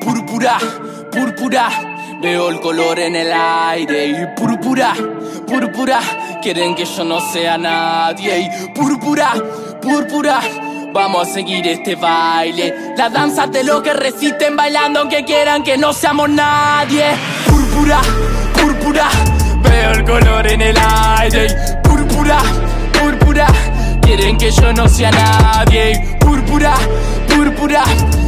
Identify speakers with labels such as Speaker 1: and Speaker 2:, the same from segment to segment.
Speaker 1: Púrpura, púrpura, veo el color en el aire y púrpura, púrpura, quieren que yo no sea nadie y púrpura, púrpura. Vamos a seguir este baile, la danza de los que resisten bailando aunque quieran que no seamos nadie. Púrpura, púrpura, veo el color en el aire y púrpura, púrpura, quieren que yo no sea nadie y púrpura, púrpura.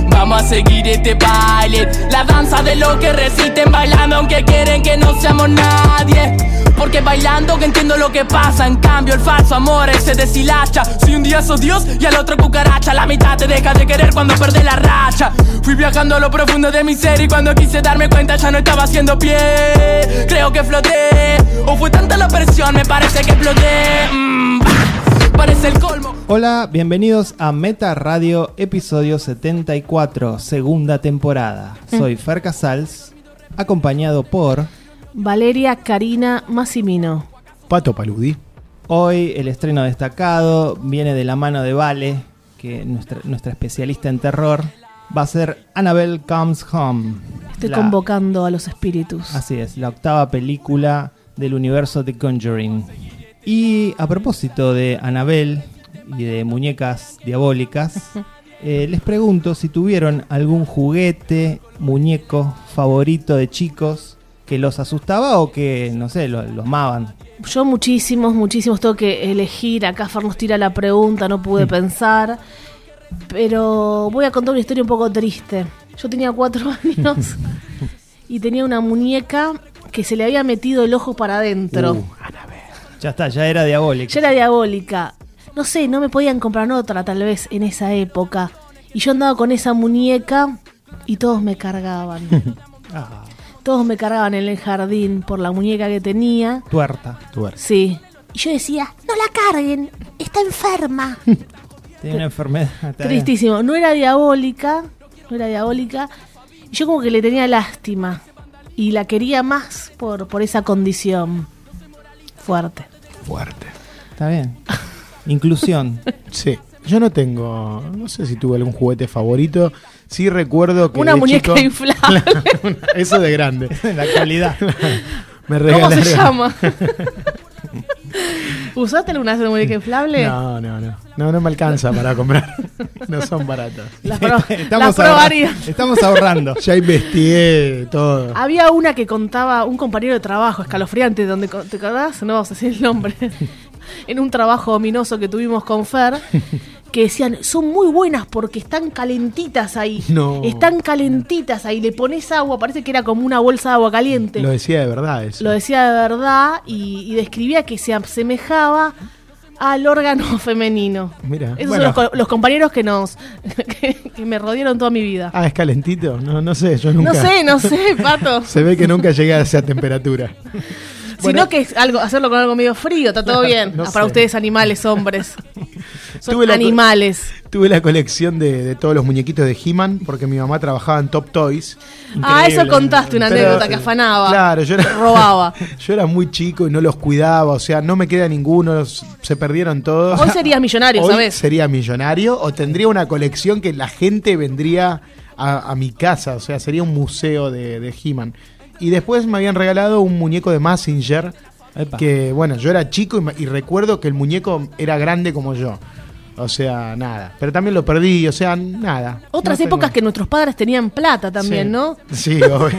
Speaker 1: Vamos a seguir este baile La danza de los que resisten bailando Aunque quieren que no seamos nadie Porque bailando que entiendo lo que pasa En cambio el falso amor ese deshilacha Soy un día sos Dios y al otro cucaracha La mitad te deja de querer cuando perdés la racha Fui viajando a lo profundo de mi ser Y cuando quise darme cuenta ya no estaba haciendo pie Creo que floté O fue tanta la presión, me parece que exploté Mm, Parece el colmo
Speaker 2: Hola, bienvenidos a Meta Radio, episodio 74, segunda temporada. Soy Fer Casals, acompañado por
Speaker 3: Valeria Karina Massimino.
Speaker 4: Pato Paludi.
Speaker 2: hoy el estreno destacado, viene de la mano de Vale, que nuestra, nuestra especialista en terror va a ser Annabelle Comes Home.
Speaker 3: Estoy
Speaker 2: La-
Speaker 3: convocando a los espíritus.
Speaker 2: Así es, la octava película del universo de Conjuring. Y a propósito de Anabel y de muñecas diabólicas, eh, les pregunto si tuvieron algún juguete, muñeco favorito de chicos que los asustaba o que, no sé, lo- los amaban.
Speaker 3: Yo muchísimos, muchísimos tengo que elegir. Acá Fer nos tira la pregunta, no pude pensar. Pero voy a contar una historia un poco triste. Yo tenía cuatro años y tenía una muñeca que se le había metido el ojo para adentro.
Speaker 2: Uh. Ya está, ya era diabólica.
Speaker 3: Yo era diabólica. No sé, no me podían comprar otra tal vez en esa época. Y yo andaba con esa muñeca y todos me cargaban.
Speaker 2: Ah,
Speaker 3: Todos me cargaban en el jardín por la muñeca que tenía.
Speaker 2: tuerta.
Speaker 3: Sí. Y yo decía, no la carguen, está enferma.
Speaker 2: Tenía una enfermedad. está bien.
Speaker 3: Tristísimo. No era diabólica, no era diabólica. Y yo como que le tenía lástima. Y la quería más por, por esa condición fuerte.
Speaker 4: Fuerte.
Speaker 2: Está bien. Inclusión.
Speaker 4: Sí. Yo no tengo. No sé si tuve algún juguete favorito. Sí recuerdo que.
Speaker 3: Una
Speaker 4: de
Speaker 3: muñeca
Speaker 4: Eh, chico-
Speaker 3: inflable.
Speaker 4: Una- Eso de grande.
Speaker 2: En la actualidad.
Speaker 4: Me
Speaker 3: ¿Cómo
Speaker 4: regalaron.
Speaker 3: se llama? ¿Usaste alguna vez una muñeca inflable?
Speaker 4: No, no, no. No, no me alcanza para comprar. No son baratas.
Speaker 3: Las, pro- las
Speaker 2: ahorra-
Speaker 3: probaría. Ah,
Speaker 2: estamos ahorrando.
Speaker 4: Ya investigué todo.
Speaker 3: Había una que contaba un compañero de trabajo, escalofriante, donde co- te acordás, no vamos a decir el nombre, en un trabajo ominoso que tuvimos con Fer, que decían, son muy buenas porque están calentitas ahí.
Speaker 4: No.
Speaker 3: Están calentitas ahí, le pones agua, parece que era como una bolsa de agua caliente.
Speaker 4: Lo decía de verdad eso.
Speaker 3: Lo decía de verdad y, y describía que se asemejaba al órgano femenino.
Speaker 4: Mira.
Speaker 3: Esos son
Speaker 4: Bueno.
Speaker 3: los, co- los compañeros que nos que, que me rodearon toda mi vida.
Speaker 4: Ah, es calentito. No, no sé, yo nunca.
Speaker 3: No sé, no sé, pato.
Speaker 4: Se ve que nunca llegué a esa temperatura.
Speaker 3: Sino que es algo, hacerlo con algo medio frío, está todo bien.
Speaker 4: no
Speaker 3: Ah, Para
Speaker 4: sé.
Speaker 3: ustedes, animales, hombres. Son
Speaker 4: Tuve la-
Speaker 3: animales.
Speaker 4: Tuve la colección de, de todos los muñequitos de He-Man porque mi mamá trabajaba en Top Toys.
Speaker 3: Ah, eso contaste una
Speaker 4: Pero, eh,
Speaker 3: anécdota que afanaba.
Speaker 4: Claro, yo era,
Speaker 3: Robaba.
Speaker 4: yo era muy chico y no los cuidaba, o sea, no me queda ninguno, los- se perdieron todos.
Speaker 3: Hoy serías millonario,
Speaker 4: Hoy
Speaker 3: ¿sabes?
Speaker 4: Sería millonario o tendría una colección que la gente vendría a, a mi casa, o sea, sería un museo de, de He-Man. Y después me habían regalado un muñeco de Massinger,
Speaker 2: Epa.
Speaker 4: que bueno, yo era chico y, me- y recuerdo que el muñeco era grande como yo. O sea, nada. Pero también lo perdí, o sea, nada.
Speaker 3: Otras
Speaker 4: No tengo-
Speaker 3: épocas que nuestros padres tenían plata también,
Speaker 4: Sí.
Speaker 3: ¿no?
Speaker 4: Sí, obvio.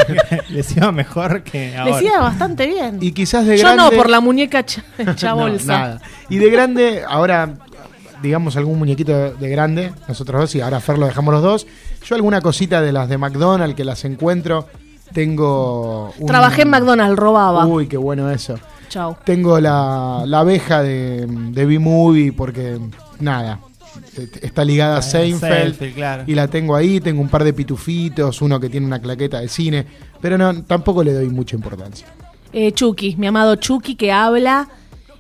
Speaker 2: Les iba mejor que ahora.
Speaker 3: Les iba bastante bien.
Speaker 4: Y quizás de
Speaker 3: Yo
Speaker 4: grande.
Speaker 3: no, por la muñeca cha-
Speaker 4: No,
Speaker 3: chabolsa.
Speaker 4: nada. Y de grande, ahora, digamos, algún muñequito de, de grande, nosotros dos, y ahora Fer lo dejamos los dos. Yo alguna cosita de las de McDonald's que las encuentro. Tengo. un-
Speaker 3: Trabajé en McDonald's, robaba.
Speaker 4: Uy, qué bueno eso.
Speaker 3: Chau.
Speaker 4: Tengo la, la abeja de, de B-Movie porque, nada, e- está ligada a Seinfeld.
Speaker 2: Ah, Seinfeld, claro.
Speaker 4: Y la tengo ahí, tengo un par de pitufitos, uno que tiene una claqueta de cine, pero no, tampoco le doy mucha importancia.
Speaker 3: Eh, Chucky, mi amado Chucky que habla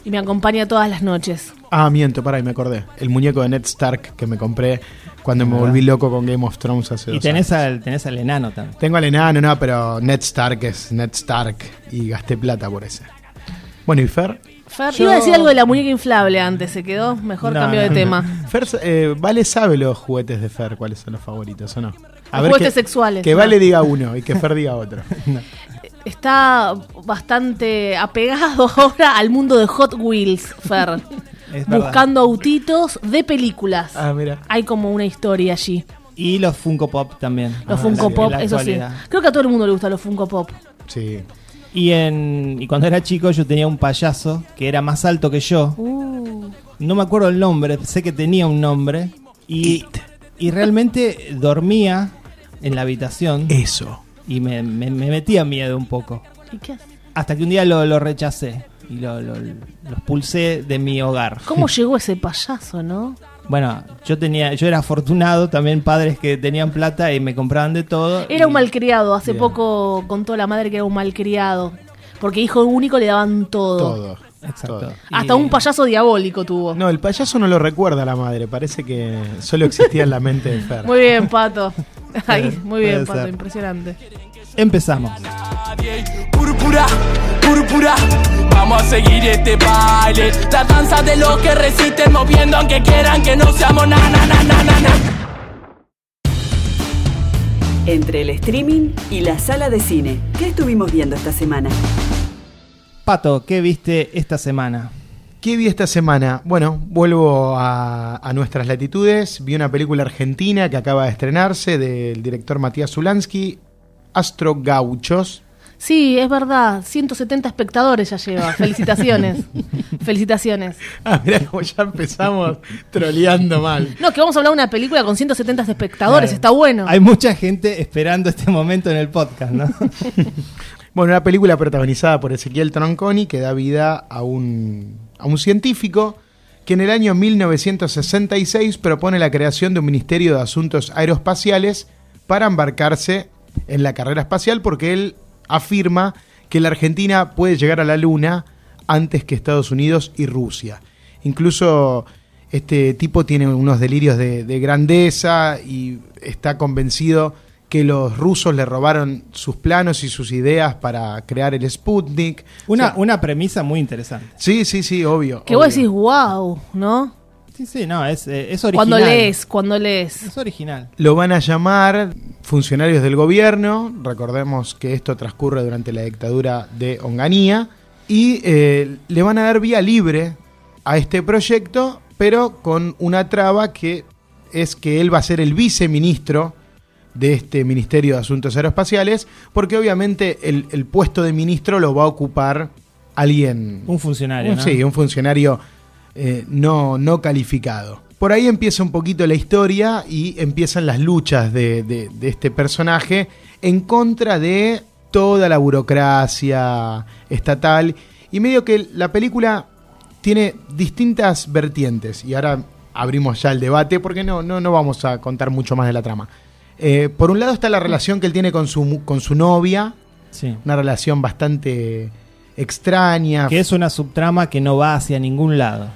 Speaker 3: y me acompaña todas las noches.
Speaker 4: Ah, miento, pará, y me acordé. El muñeco de Ned Stark que me compré cuando me volví loco con Game of Thrones
Speaker 2: Ah.
Speaker 4: hace
Speaker 2: Y
Speaker 4: dos
Speaker 2: tenés
Speaker 4: años.
Speaker 2: al, tenés al enano también.
Speaker 4: Tengo al enano, no, pero Ned Stark es Ned Stark y gasté plata por ese. Bueno, y Fer.
Speaker 3: Fer,
Speaker 4: Yo-
Speaker 3: iba a decir algo de la muñeca inflable antes, se quedó. Mejor
Speaker 2: No,
Speaker 3: cambio de
Speaker 2: no,
Speaker 3: tema.
Speaker 4: Fer, eh, Vale sabe los juguetes de Fer, cuáles son los favoritos o no.
Speaker 3: Los juguetes sexuales,
Speaker 4: Que
Speaker 3: no.
Speaker 4: Vale diga uno y que Fer diga otro.
Speaker 3: Está bastante apegado ahora al mundo de Hot Wheels, Fer.
Speaker 2: Es verdad.
Speaker 3: Buscando autitos de películas.
Speaker 4: Ah, mira.
Speaker 3: Hay como una historia allí.
Speaker 2: Y los Funko Pop también.
Speaker 3: Los
Speaker 2: Ah,
Speaker 3: Funko
Speaker 2: la-
Speaker 3: Pop,
Speaker 2: la
Speaker 3: eso sí.
Speaker 2: actualidad.
Speaker 3: Creo que a todo el mundo le gustan los Funko Pop.
Speaker 4: Sí.
Speaker 2: Y, en, y cuando era chico yo tenía un payaso que era más alto que yo. No me acuerdo el nombre, sé que tenía un nombre. Y, y realmente dormía en la habitación
Speaker 4: Eso.
Speaker 2: y me, me- me metía miedo un poco.
Speaker 3: ¿Y qué hace?
Speaker 2: Hasta que un día lo, lo rechacé y lo, lo- lo expulsé de mi hogar.
Speaker 3: ¿Cómo llegó ese payaso, no?
Speaker 2: Bueno, yo tenía, yo era afortunado, también padres que tenían plata y me compraban de todo.
Speaker 3: Era un
Speaker 2: y-
Speaker 3: malcriado. Hace
Speaker 4: Bien.
Speaker 3: poco contó la madre que era un malcriado. Porque hijo único le daban todo.
Speaker 4: Todo.
Speaker 2: Exacto.
Speaker 4: Todo.
Speaker 3: Hasta
Speaker 2: Y-
Speaker 3: un payaso diabólico tuvo.
Speaker 4: No, el payaso no lo recuerda la madre. Parece que solo existía en la mente de Fer.
Speaker 3: Muy bien, Pato. Ahí, muy
Speaker 2: Puede
Speaker 3: bien, Pato,
Speaker 2: ser.
Speaker 3: impresionante.
Speaker 2: Empezamos.
Speaker 1: nadie. Púrpura, púrpura, vamos a seguir este baile. La danza de los que resisten moviendo aunque quieran que no seamos na na na na na na.
Speaker 5: Entre el streaming y la sala de cine, ¿qué estuvimos viendo esta semana?
Speaker 2: Pato, ¿qué viste esta semana?
Speaker 4: ¿Qué vi esta semana? Bueno, vuelvo a, a nuestras latitudes. Vi una película argentina que acaba de estrenarse del director Matías Zulansky, Astro Gauchos.
Speaker 3: Sí, es verdad. 170 espectadores ya lleva. Felicitaciones. Felicitaciones.
Speaker 4: Ah, mirá cómo ya empezamos troleando mal.
Speaker 3: No, que vamos a hablar de una película con 170 espectadores. Está bueno.
Speaker 2: Hay mucha gente esperando este momento en el podcast, ¿no?
Speaker 4: Bueno, una película protagonizada por Ezequiel Tronconi que da vida a un, a un científico que en el año 1966 propone la creación de un Ministerio de Asuntos Aeroespaciales para embarcarse en la carrera espacial porque él afirma que la Argentina puede llegar a la Luna antes que Estados Unidos y Rusia. Incluso este tipo tiene unos delirios de, de grandeza y está convencido que los rusos le robaron sus planos y sus ideas para crear el Sputnik.
Speaker 2: Una,
Speaker 4: O sea,
Speaker 2: una premisa muy interesante.
Speaker 4: Sí, sí, sí, obvio.
Speaker 3: que vos
Speaker 4: obvio.
Speaker 3: decís, wow, ¿no?
Speaker 2: Sí, sí, no, es, eh, es original.
Speaker 3: Cuando lees, cuando lees.
Speaker 2: Es original.
Speaker 4: Lo van a llamar funcionarios del gobierno. Recordemos que esto transcurre durante la dictadura de Onganía. Y eh, le van a dar vía libre a este proyecto, pero con una traba que es que él va a ser el viceministro de este Ministerio de Asuntos Aeroespaciales, porque obviamente el, el puesto de ministro lo va a ocupar alguien
Speaker 2: Un funcionario.
Speaker 4: un-
Speaker 2: ¿no?
Speaker 4: Sí, un funcionario eh, no, no calificado. Por ahí empieza un poquito la historia y empiezan las luchas de, de- de este personaje en contra de toda la burocracia estatal. Y medio que la película tiene distintas vertientes. Y ahora abrimos ya el debate porque no, no, no vamos a contar mucho más de la trama. Eh, por un lado está la relación que él tiene con su, mu- con su novia,
Speaker 2: Sí.
Speaker 4: una relación bastante extraña.
Speaker 2: Que es una subtrama que no va hacia ningún lado.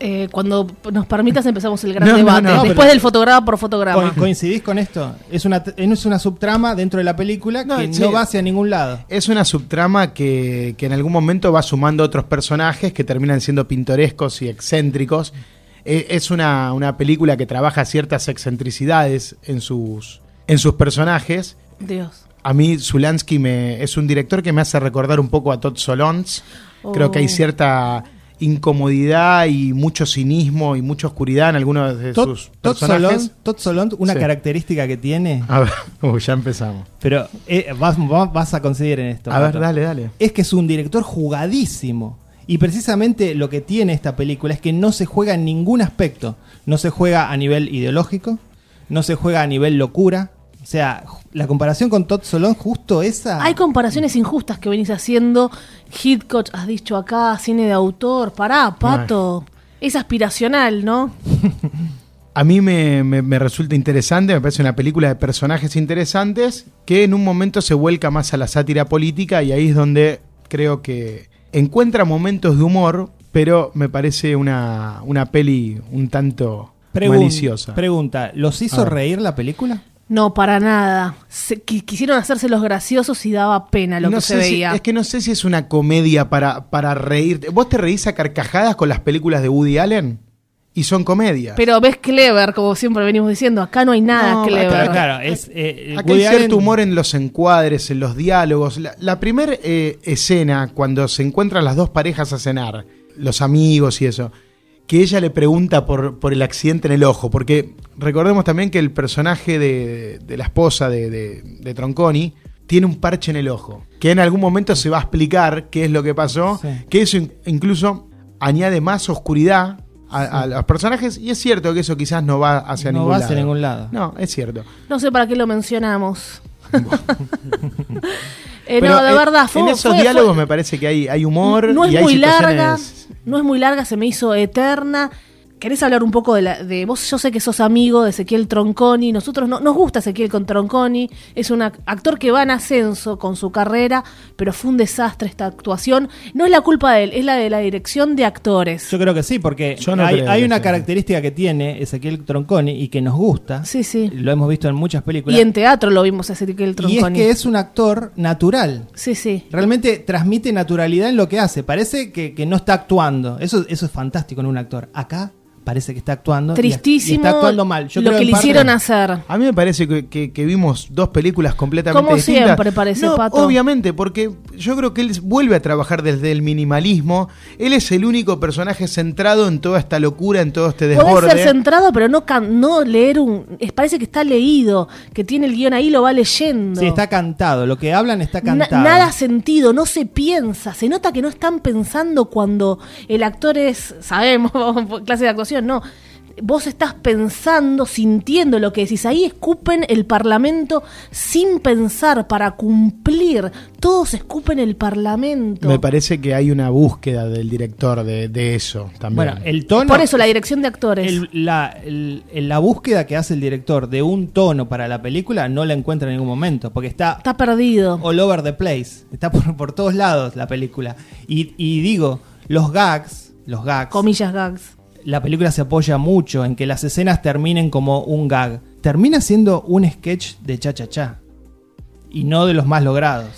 Speaker 3: Eh, cuando nos permitas empezamos el gran
Speaker 4: No, no,
Speaker 3: debate.
Speaker 4: no,
Speaker 3: Después
Speaker 4: pero-
Speaker 3: del fotograma por fotograma.
Speaker 2: Co- ¿Coincidís con esto? Es una, t- es una subtrama dentro de la película
Speaker 4: No,
Speaker 2: que
Speaker 4: sí.
Speaker 2: no va hacia ningún lado.
Speaker 4: Es una subtrama que, que en algún momento va sumando otros personajes que terminan siendo pintorescos y excéntricos. E- Es una, una película que trabaja ciertas excentricidades en sus, en sus personajes.
Speaker 3: Dios.
Speaker 4: A mí Zulansky me, es un director que me hace recordar un poco a Todd Solondz. Creo
Speaker 3: Oh.
Speaker 4: que hay cierta incomodidad y mucho cinismo y mucha oscuridad en algunos de
Speaker 2: Todd
Speaker 4: sus
Speaker 2: Todd
Speaker 4: personajes.
Speaker 2: Solond, Todd Solond, una
Speaker 4: Sí. Ah.
Speaker 2: característica que tiene,
Speaker 4: A ver, uy, ya empezamos.
Speaker 2: pero eh, vas, vas- vas a coincidir en esto.
Speaker 4: A ver,
Speaker 2: Pato.
Speaker 4: dale, dale.
Speaker 2: es que es un director jugadísimo. Y precisamente lo que tiene esta película es que no se juega en ningún aspecto. No se juega a nivel ideológico, no se juega a nivel locura, O sea, ju- la comparación con Todd Solón, justo esa.
Speaker 3: Hay comparaciones injustas que venís haciendo. Hitchcock, has dicho acá, cine de autor. Pará, pato. Es aspiracional, ¿no?
Speaker 4: A mí me, me- me resulta interesante, me parece una película de personajes interesantes que en un momento se vuelca más a la sátira política y ahí es donde creo que encuentra momentos de humor, pero me parece una, una peli un tanto
Speaker 2: Pregun-
Speaker 4: maliciosa.
Speaker 2: Pregunta, ¿los
Speaker 4: A
Speaker 2: hizo
Speaker 4: ver.
Speaker 2: reír la película?
Speaker 3: No, para nada. Se- qui- quisieron hacerse los graciosos y daba pena lo
Speaker 4: No
Speaker 3: que se
Speaker 4: sé si-
Speaker 3: veía.
Speaker 4: es que no sé si es una comedia para, para reírte. ¿Vos te reís a carcajadas con las películas de Woody Allen? Y son comedias.
Speaker 3: Pero ves clever, como siempre venimos diciendo. Acá no hay nada
Speaker 4: No, acá-
Speaker 3: clever.
Speaker 2: Claro, claro, es. eh,
Speaker 4: Acá hay
Speaker 2: Woody
Speaker 4: cierto
Speaker 2: Allen-
Speaker 4: humor en los encuadres, en los diálogos. La, primera eh, escena, cuando se encuentran las dos parejas a cenar, los amigos y eso, que ella le pregunta por, por el accidente en el ojo, porque recordemos también que el personaje de, de la esposa de, de- de Tronconi tiene un parche en el ojo, que en algún momento se va a explicar qué es lo que pasó,
Speaker 2: Sí.
Speaker 4: que eso in- incluso añade más oscuridad. A, a los personajes, y es cierto que eso quizás no va hacia
Speaker 2: No
Speaker 4: ningún
Speaker 2: va
Speaker 4: lado.
Speaker 2: hacia ningún lado.
Speaker 4: No, es cierto.
Speaker 3: No sé para qué lo mencionamos. Eh,
Speaker 4: Pero
Speaker 3: no, de
Speaker 4: en-
Speaker 3: verdad, fue.
Speaker 4: En esos
Speaker 3: fue- fue-
Speaker 4: diálogos me parece que hay, hay humor.
Speaker 3: No
Speaker 4: y
Speaker 3: es
Speaker 4: hay
Speaker 3: muy
Speaker 4: situaciones-
Speaker 3: larga, no es muy larga, se me hizo eterna. ¿Querés hablar un poco de, la, de vos? Yo sé que sos amigo de Ezequiel Tronconi. Nosotros no, nos gusta Ezequiel con Tronconi. Es un ac- actor que va en ascenso con su carrera, pero fue un desastre esta actuación. No es la culpa de él, es la de la dirección de actores.
Speaker 2: Yo creo que sí, porque
Speaker 4: Yo no
Speaker 2: hay,
Speaker 4: creo
Speaker 2: hay
Speaker 4: que
Speaker 2: una
Speaker 4: sea.
Speaker 2: característica que tiene Ezequiel Tronconi y que nos gusta.
Speaker 3: Sí, sí.
Speaker 2: Lo hemos visto en muchas películas.
Speaker 3: Y en teatro lo vimos a
Speaker 2: Y
Speaker 3: Ezequiel
Speaker 2: es
Speaker 3: Tronconi.
Speaker 2: que es un actor natural.
Speaker 3: Sí, sí.
Speaker 2: Realmente transmite naturalidad en lo que hace. Parece que, que no está actuando. Eso, eso es fantástico en un actor. Acá parece que está actuando. y-
Speaker 3: Tristísimo
Speaker 2: Y, está actuando mal. Yo
Speaker 3: lo
Speaker 2: creo
Speaker 3: que
Speaker 2: en
Speaker 3: le
Speaker 2: parte-
Speaker 3: hicieron hacer.
Speaker 4: A mí me parece que, que- que vimos dos películas completamente
Speaker 3: Como
Speaker 4: distintas.
Speaker 3: siempre, parece,
Speaker 4: No,
Speaker 3: Pato.
Speaker 4: Obviamente, porque yo creo que él vuelve a trabajar desde el minimalismo. Él es el único personaje centrado en toda esta locura, en todo este desborde.
Speaker 3: Podés ser centrado, pero no, can- no leer un. es- parece que está leído, que tiene el guión ahí, lo va leyendo.
Speaker 2: Sí, está cantado. Lo que hablan está
Speaker 3: Na-
Speaker 2: cantado.
Speaker 3: nada sentido, no se piensa. Se nota que no están pensando cuando el actor es. Sabemos, vamos por clase de actuación, no. Vos estás pensando, sintiendo lo que decís. Ahí escupen el parlamento sin pensar, para cumplir. Todos escupen el parlamento.
Speaker 4: Me parece que hay una búsqueda del director de, de eso también.
Speaker 2: Bueno, el tono.
Speaker 3: Por eso la dirección de actores.
Speaker 2: el- la, el- la búsqueda que hace el director de un tono para la película no la encuentra en ningún momento. Porque está
Speaker 3: está perdido.
Speaker 2: all over the place. Está por, por todos lados la película. Y, y digo, los gags, los gags.
Speaker 3: Comillas gags.
Speaker 2: la película se apoya mucho en que las escenas terminen como un gag. Termina siendo un sketch de cha cha cha. Y no de los más logrados.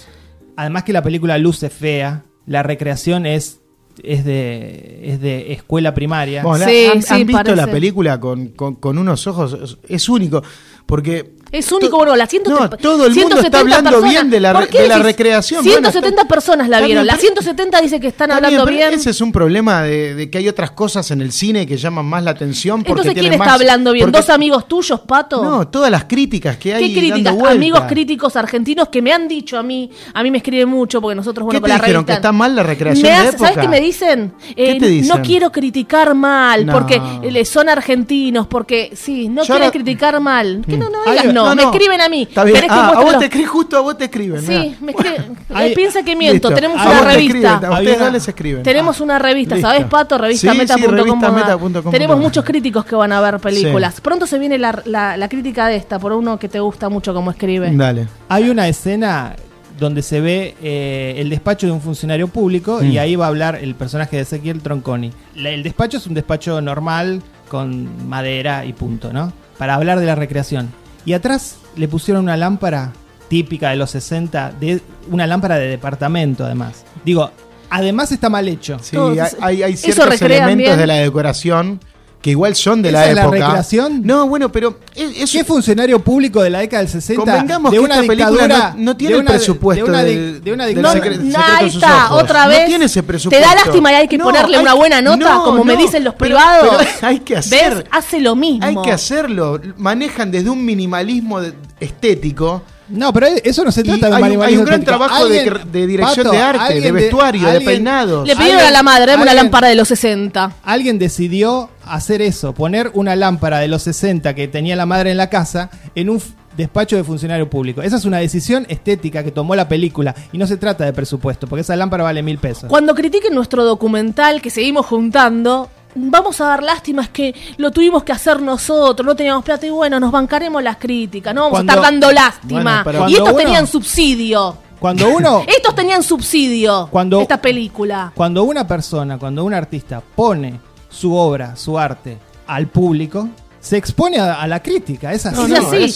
Speaker 2: Además que la película luce fea, la recreación es, es, de, es de escuela primaria.
Speaker 4: Bueno, la-
Speaker 3: Sí,
Speaker 4: han,
Speaker 3: sí,
Speaker 4: han visto la
Speaker 3: parece.
Speaker 4: película con, con- con unos ojos, es, es único. Porque.
Speaker 3: Es único, bueno, las 170
Speaker 4: No, todo el mundo
Speaker 3: 170
Speaker 4: está hablando
Speaker 3: personas.
Speaker 4: bien de la,
Speaker 3: ¿Por
Speaker 4: re-
Speaker 3: qué
Speaker 4: de la
Speaker 3: decís?
Speaker 4: recreación. Bueno,
Speaker 3: 170
Speaker 4: está-
Speaker 3: personas la
Speaker 4: está
Speaker 3: vieron.
Speaker 4: bien,
Speaker 3: Las
Speaker 4: pero-
Speaker 3: 170 dice que están
Speaker 4: Está
Speaker 3: hablando
Speaker 4: bien, pero
Speaker 3: bien.
Speaker 4: Ese es un problema de, de que hay otras cosas en el cine que llaman más la atención. Porque
Speaker 3: Entonces, ¿quién
Speaker 4: tienen
Speaker 3: está
Speaker 4: más-
Speaker 3: hablando bien?
Speaker 4: porque-
Speaker 3: ¿Dos amigos tuyos, Pato?
Speaker 4: No, todas las críticas que hay.
Speaker 3: ¿Qué críticas?
Speaker 4: dando vuelta.
Speaker 3: Amigos críticos argentinos que me han dicho a mí, a mí me escriben mucho porque nosotros, bueno,
Speaker 4: ¿Qué
Speaker 3: con
Speaker 4: te
Speaker 3: la
Speaker 4: dijeron?
Speaker 3: revista-
Speaker 4: ¿Que está mal la recreación
Speaker 3: Me
Speaker 4: de
Speaker 3: hace- ¿Sabes
Speaker 4: época?
Speaker 3: qué me dicen? Eh,
Speaker 4: ¿Qué te dicen?
Speaker 3: No quiero criticar mal
Speaker 4: No.
Speaker 3: porque eh, son argentinos, porque sí, no
Speaker 4: Yo Mm.
Speaker 3: quieren
Speaker 4: ahora-
Speaker 3: criticar mal. Que no, no
Speaker 4: Hay-
Speaker 3: digas no, me escriben a mí.
Speaker 4: Está bien.
Speaker 3: ¿Querés que
Speaker 4: Ah, a
Speaker 3: muestre
Speaker 4: vos
Speaker 3: los-
Speaker 4: te escriben, justo a vos te escriben.
Speaker 3: Sí,
Speaker 4: mirá.
Speaker 3: me escriben.
Speaker 2: Hay-
Speaker 3: Eh, Piensa que miento,
Speaker 4: Listo.
Speaker 3: tenemos
Speaker 4: A
Speaker 3: una
Speaker 4: vos te
Speaker 3: revista.
Speaker 4: escriben, a
Speaker 2: Había
Speaker 4: ustedes no
Speaker 2: una-
Speaker 4: les escriben.
Speaker 3: Tenemos una revista,
Speaker 4: Listo.
Speaker 3: ¿sabés, Pato? Revista
Speaker 4: Sí, sí,
Speaker 3: meta punto com.
Speaker 4: revistameta punto com.
Speaker 3: Tenemos muchos críticos que van a ver películas. Pronto se viene la, la- la crítica de esta por uno que te gusta mucho como
Speaker 2: Ah.
Speaker 3: escribe.
Speaker 4: Dale.
Speaker 2: Hay una escena donde se ve eh, el despacho de un funcionario público
Speaker 4: Mm.
Speaker 2: y ahí va a hablar el personaje de Ezequiel Tronconi. La- el despacho es un despacho normal con madera y punto, ¿no? Para hablar de la recreación. Y atrás le pusieron una lámpara típica de los 60, de, una lámpara de departamento además. Digo, además está mal hecho.
Speaker 4: Sí,
Speaker 3: Todos-
Speaker 4: hay- hay, hay
Speaker 3: eso
Speaker 4: ciertos
Speaker 3: recrean
Speaker 4: elementos
Speaker 3: bien.
Speaker 4: de la decoración que igual son de la
Speaker 2: ¿Esa es la
Speaker 4: época.
Speaker 2: recreación?
Speaker 4: No, bueno, pero es, es-
Speaker 2: ¿Qué funcionario público de la década del 60
Speaker 4: Convengamos
Speaker 2: de
Speaker 4: que
Speaker 2: una
Speaker 4: esta película
Speaker 2: dictadura
Speaker 4: no- no tiene
Speaker 2: de
Speaker 4: el
Speaker 2: una-
Speaker 4: presupuesto
Speaker 2: de una, di-
Speaker 4: del-
Speaker 2: de una
Speaker 4: del
Speaker 3: No,
Speaker 2: dictadura
Speaker 4: secre-
Speaker 3: no,
Speaker 4: secreto
Speaker 3: ahí
Speaker 4: en sus
Speaker 3: está,
Speaker 4: ojos.
Speaker 3: otra
Speaker 4: No
Speaker 3: vez.
Speaker 4: tiene ese
Speaker 3: Te da
Speaker 4: presupuesto.
Speaker 3: lástima y hay que
Speaker 4: No,
Speaker 3: ponerle
Speaker 4: hay-
Speaker 3: una buena nota,
Speaker 4: no,
Speaker 3: como me
Speaker 4: no,
Speaker 3: dicen los
Speaker 4: pero-
Speaker 3: privados.
Speaker 4: pero hay que hacer.
Speaker 3: ¿Ves? Hace lo mismo.
Speaker 4: Hay que hacerlo. Manejan desde un minimalismo de- estético.
Speaker 2: No, pero e-, eso no se
Speaker 4: Y
Speaker 2: trata de
Speaker 4: hay un-
Speaker 2: animalismo
Speaker 4: hay un gran
Speaker 2: estético.
Speaker 4: trabajo de
Speaker 2: Alguien-
Speaker 4: cre- de dirección de arte, de
Speaker 2: alguien
Speaker 4: vestuario, de peinados.
Speaker 3: Le pidieron a
Speaker 2: alguien-
Speaker 3: la madre, dame una
Speaker 2: alguien-
Speaker 3: lámpara de los 60.
Speaker 2: Alguien decidió hacer eso, poner una lámpara de los 60 que tenía la madre en la casa en un f- despacho de funcionario público. Esa es una decisión estética que tomó la película y no se trata de presupuesto, porque esa lámpara vale mil pesos.
Speaker 3: Cuando critiquen nuestro documental que seguimos juntando, vamos a dar lástimas que lo tuvimos que hacer nosotros, no teníamos plata y bueno, nos bancaremos las críticas, no vamos
Speaker 2: Cuando-
Speaker 3: a estar dando lástima.
Speaker 4: Bueno, pero
Speaker 3: y estos
Speaker 2: cuando uno-
Speaker 3: tenían subsidio.
Speaker 2: Cuando uno,
Speaker 3: Estos tenían subsidio.
Speaker 2: Cuando-
Speaker 3: Esta película.
Speaker 2: cuando una persona, cuando un artista pone su obra, su arte al público, se expone a, a la crítica. Es así.
Speaker 3: No, Es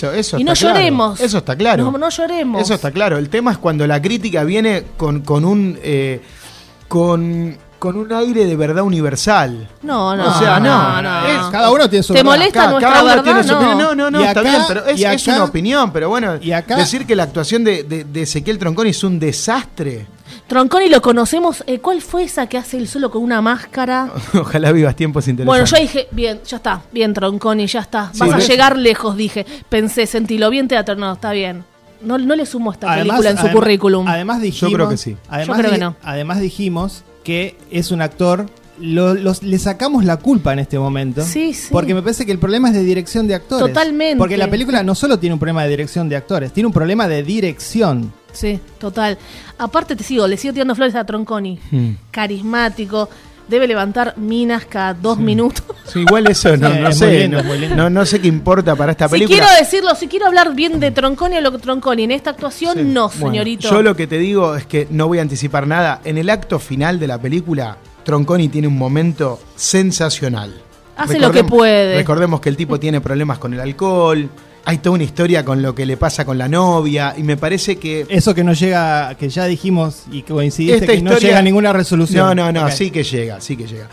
Speaker 3: no. así. Y no
Speaker 4: claro.
Speaker 3: lloremos.
Speaker 4: Eso está claro.
Speaker 3: No, no lloremos.
Speaker 4: Eso está claro. El tema es cuando la crítica viene con, con un. eh, con, con un aire de verdad universal.
Speaker 3: No, no.
Speaker 4: O sea,
Speaker 2: Ah,
Speaker 4: no.
Speaker 3: no, no.
Speaker 4: Es-
Speaker 2: Cada uno tiene su
Speaker 3: ¿Te
Speaker 2: verdad.
Speaker 3: molesta?
Speaker 4: Cada-
Speaker 3: nuestra
Speaker 4: cada uno
Speaker 3: verdad,
Speaker 4: tiene su
Speaker 3: no.
Speaker 4: opinión. No, no, no,
Speaker 2: Y
Speaker 4: está
Speaker 2: acá-
Speaker 4: bien, pero es,
Speaker 2: y
Speaker 4: es una
Speaker 2: acá-
Speaker 4: opinión. Pero bueno,
Speaker 2: y acá-
Speaker 4: decir que la actuación de, de- de Ezequiel Tronconi es un desastre.
Speaker 3: Tronconi lo conocemos. Eh, ¿Cuál fue esa que hace el solo con una máscara?
Speaker 4: Ojalá vivas tiempos
Speaker 3: Bueno,
Speaker 4: interesantes.
Speaker 3: yo dije, bien, ya está, bien Tronconi, ya está.
Speaker 4: Sí,
Speaker 3: Vas a
Speaker 4: ¿ves?
Speaker 3: llegar lejos, dije. Pensé, sentilo bien teatro, no, está bien. No, no le sumo esta
Speaker 2: Además-
Speaker 3: película en su
Speaker 2: adem-
Speaker 3: currículum.
Speaker 2: Además dijimos,
Speaker 4: Yo creo que sí.
Speaker 2: Además,
Speaker 3: Yo creo que
Speaker 2: di-
Speaker 3: no.
Speaker 2: además dijimos que es un actor. lo- los- le sacamos la culpa en este momento.
Speaker 3: Sí, sí.
Speaker 2: Porque me parece que el problema es de dirección de actores.
Speaker 3: Totalmente.
Speaker 2: Porque la película no solo tiene un problema de dirección de actores, tiene un problema de dirección.
Speaker 3: Sí, total. Aparte te sigo, le sigo tirando flores a Tronconi.
Speaker 2: Hmm.
Speaker 4: Mm.
Speaker 3: Carismático, debe levantar minas cada dos
Speaker 2: Hmm.
Speaker 3: minutos.
Speaker 4: Sí, igual eso no,
Speaker 2: Sí,
Speaker 4: no
Speaker 2: es muy
Speaker 4: sé.
Speaker 2: lindo,
Speaker 4: no-
Speaker 2: es muy lindo.
Speaker 4: no, no sé qué importa para esta
Speaker 3: Si
Speaker 4: película.
Speaker 3: quiero decirlo, si quiero hablar bien de Tronconi o lo que Tronconi en esta actuación,
Speaker 4: Sí.
Speaker 3: no,
Speaker 4: Bueno,
Speaker 3: señorito.
Speaker 4: yo lo que te digo es que no voy a anticipar nada. En el acto final de la película, Tronconi tiene un momento sensacional.
Speaker 3: Hace lo que puede.
Speaker 4: Recordemos que el tipo tiene problemas con el alcohol. Hay toda una historia con lo que le pasa con la novia. Y me parece que.
Speaker 2: Eso que no llega, que ya dijimos y que coincidiste
Speaker 4: esta
Speaker 2: que
Speaker 4: historia.
Speaker 2: no llega a ninguna resolución.
Speaker 4: No, no, no,
Speaker 2: Ok.
Speaker 4: sí que llega, sí que llega.